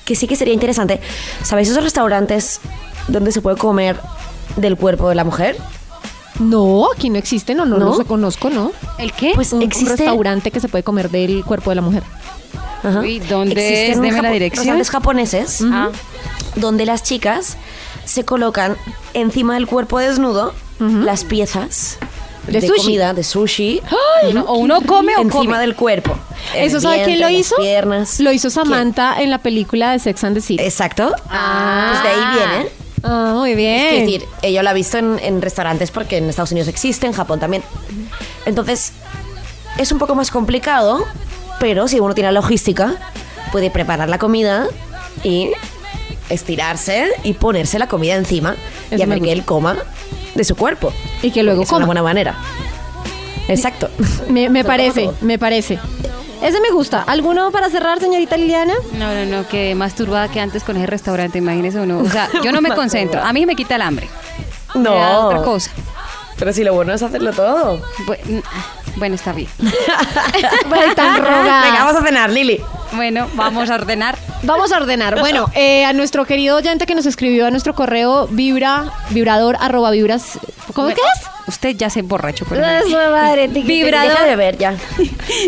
[SPEAKER 7] que sí que sería interesante. ¿Sabéis esos restaurantes donde se puede comer del cuerpo de la mujer?
[SPEAKER 4] No, aquí no existen o no, ¿Eh?
[SPEAKER 7] ¿No?
[SPEAKER 4] los conozco, ¿no?
[SPEAKER 6] ¿El qué?
[SPEAKER 7] Pues
[SPEAKER 4] Un, un
[SPEAKER 7] existe.
[SPEAKER 4] restaurante que se puede comer del cuerpo de la mujer.
[SPEAKER 7] Ajá.
[SPEAKER 6] Uy, ¿dónde
[SPEAKER 7] Existen
[SPEAKER 6] es? Deme la
[SPEAKER 7] japo-
[SPEAKER 6] dirección.
[SPEAKER 7] Restaurantes japoneses
[SPEAKER 6] Ah.
[SPEAKER 7] donde las chicas se colocan encima del cuerpo desnudo las piezas
[SPEAKER 4] De sushi.
[SPEAKER 7] comida, de sushi.
[SPEAKER 6] Uno- o uno come o
[SPEAKER 7] encima
[SPEAKER 6] come.
[SPEAKER 7] del cuerpo. El
[SPEAKER 4] ¿Eso sabe quién
[SPEAKER 7] vientre,
[SPEAKER 4] lo
[SPEAKER 7] las
[SPEAKER 4] hizo?
[SPEAKER 7] piernas.
[SPEAKER 4] Lo hizo Samantha en la película de Sex and the City.
[SPEAKER 7] Exacto. Pues de ahí viene.
[SPEAKER 4] Ah, muy bien.
[SPEAKER 7] Es decir, ella lo ha visto en, en restaurantes porque en Estados Unidos existe, en Japón también. Entonces, es un poco más complicado, pero si uno tiene la logística, puede preparar la comida y estirarse y ponerse la comida encima
[SPEAKER 4] Eso
[SPEAKER 7] y
[SPEAKER 4] me
[SPEAKER 7] hacer que
[SPEAKER 4] gusta.
[SPEAKER 7] él coma de su cuerpo.
[SPEAKER 4] y que luego
[SPEAKER 7] es una
[SPEAKER 4] coma.
[SPEAKER 7] buena manera. Exacto.
[SPEAKER 4] Me, me
[SPEAKER 7] Lo toma
[SPEAKER 4] parece,
[SPEAKER 7] todo.
[SPEAKER 4] me parece. Ese me gusta. ¿Alguno para cerrar, señorita Liliana?
[SPEAKER 6] No, no, no, quedé más turbada que antes con ese restaurante, imagínese uno. O sea, yo no me concentro. A mí me quita el hambre. Me da otra cosa.
[SPEAKER 7] Pero si lo bueno es hacerlo todo.
[SPEAKER 6] Bu- ah, Bueno, está bien.
[SPEAKER 4] Ay, tan rogada.
[SPEAKER 7] Ah, Venga, vamos a cenar, Lili.
[SPEAKER 6] Bueno, vamos a ordenar.
[SPEAKER 4] Vamos a ordenar. Bueno, eh, a nuestro querido oyente que nos escribió a nuestro correo vibra, vibrador, arroba vibras. ¿Cómo que es?
[SPEAKER 6] Usted ya se emborrachó con el-
[SPEAKER 8] Eso, madre. tiqui, tiqui,
[SPEAKER 7] Deja de beber ya.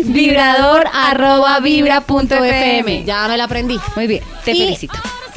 [SPEAKER 4] Vibrador, arroba vibra punto
[SPEAKER 6] FM.
[SPEAKER 4] Ya me la aprendí.
[SPEAKER 6] Muy bien, te
[SPEAKER 4] Y-
[SPEAKER 6] felicito.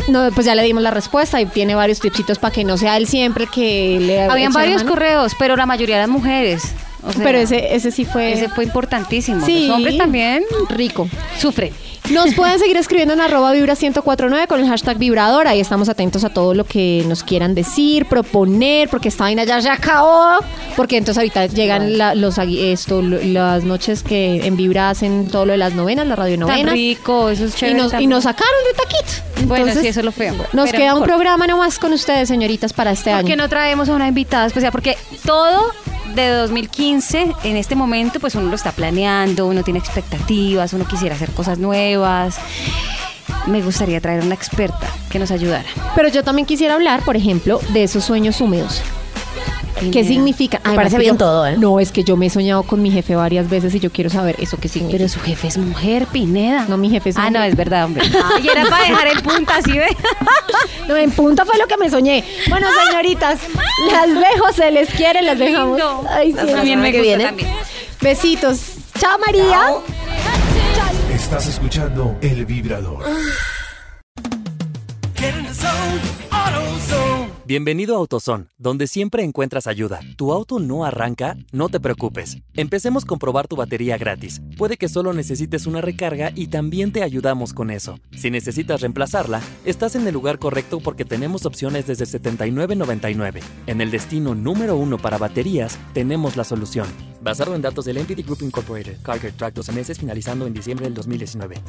[SPEAKER 4] No, pues ya le dimos la respuesta y tiene varios tipsitos para que no sea él siempre el que le eche
[SPEAKER 6] Habían
[SPEAKER 4] la
[SPEAKER 6] varios
[SPEAKER 4] mano.
[SPEAKER 6] correos, pero la mayoría eran mujeres. O sea,
[SPEAKER 4] Pero ese, ese sí fue.
[SPEAKER 6] ese fue importantísimo.
[SPEAKER 4] Sí.
[SPEAKER 6] Los hombres también
[SPEAKER 4] rico.
[SPEAKER 6] sufren.
[SPEAKER 4] Nos pueden seguir escribiendo en arroba vibra 1049 con el hashtag vibrador. Ahí estamos atentos a todo lo que nos quieran decir, proponer, porque esta vaina ya se acabó. Porque entonces ahorita llegan la- los, agui- esto, lo- las noches que en Vibra hacen todo lo de las novenas, la radio
[SPEAKER 6] Tan
[SPEAKER 4] novenas. Y
[SPEAKER 6] rico, eso es chévere.
[SPEAKER 4] nos, y
[SPEAKER 6] también.
[SPEAKER 4] nos sacaron de taquito.
[SPEAKER 6] Bueno,
[SPEAKER 4] Entonces,
[SPEAKER 6] sí, eso es lo feo.
[SPEAKER 4] Nos
[SPEAKER 6] Pero
[SPEAKER 4] queda un
[SPEAKER 6] mejor.
[SPEAKER 4] programa nomás con ustedes, señoritas, para este
[SPEAKER 6] ¿Por qué
[SPEAKER 4] año.
[SPEAKER 6] no traemos a una invitada especial? Porque todo de 2015, en este momento, pues uno lo está planeando, uno tiene expectativas, uno quisiera hacer cosas nuevas. Me gustaría traer a una experta que nos ayudara.
[SPEAKER 4] Pero yo también quisiera hablar, por ejemplo, de esos sueños húmedos. ¿Qué
[SPEAKER 6] Primero.
[SPEAKER 4] significa?
[SPEAKER 7] Me parece
[SPEAKER 4] que
[SPEAKER 7] bien
[SPEAKER 4] yo-
[SPEAKER 7] todo, ¿eh?
[SPEAKER 4] No, es que yo me he soñado con mi jefe varias veces y yo quiero saber eso qué significa.
[SPEAKER 6] Pero su jefe es mujer, Pineda.
[SPEAKER 4] No, mi jefe es
[SPEAKER 6] Ah,
[SPEAKER 4] hombre.
[SPEAKER 6] no, es verdad, hombre. Y era para dejar en punta, ¿sí ve?
[SPEAKER 8] No, en punta fue lo que me soñé. Bueno,
[SPEAKER 6] ¡Ah!
[SPEAKER 8] señoritas, las dejo, se les quiere, las dejamos.
[SPEAKER 6] Lindo.
[SPEAKER 8] Ay, sí,
[SPEAKER 7] Las-
[SPEAKER 6] También
[SPEAKER 7] semana
[SPEAKER 6] me
[SPEAKER 7] que
[SPEAKER 6] gusta
[SPEAKER 7] viene.
[SPEAKER 6] también.
[SPEAKER 4] Besitos. Chao, María.
[SPEAKER 3] Estás escuchando El Vibrador.
[SPEAKER 10] Bienvenido a AutoZone, donde siempre encuentras ayuda. ¿Tu auto no arranca? No te preocupes. Empecemos con probar tu batería gratis. Puede que solo necesites una recarga y también te ayudamos con eso. Si necesitas reemplazarla, estás en el lugar correcto porque tenemos opciones desde $79.99. En el destino número uno para baterías, tenemos la solución. Basado en datos del NTT Group Incorporated, Carger Track 12 meses finalizando en diciembre del 2019.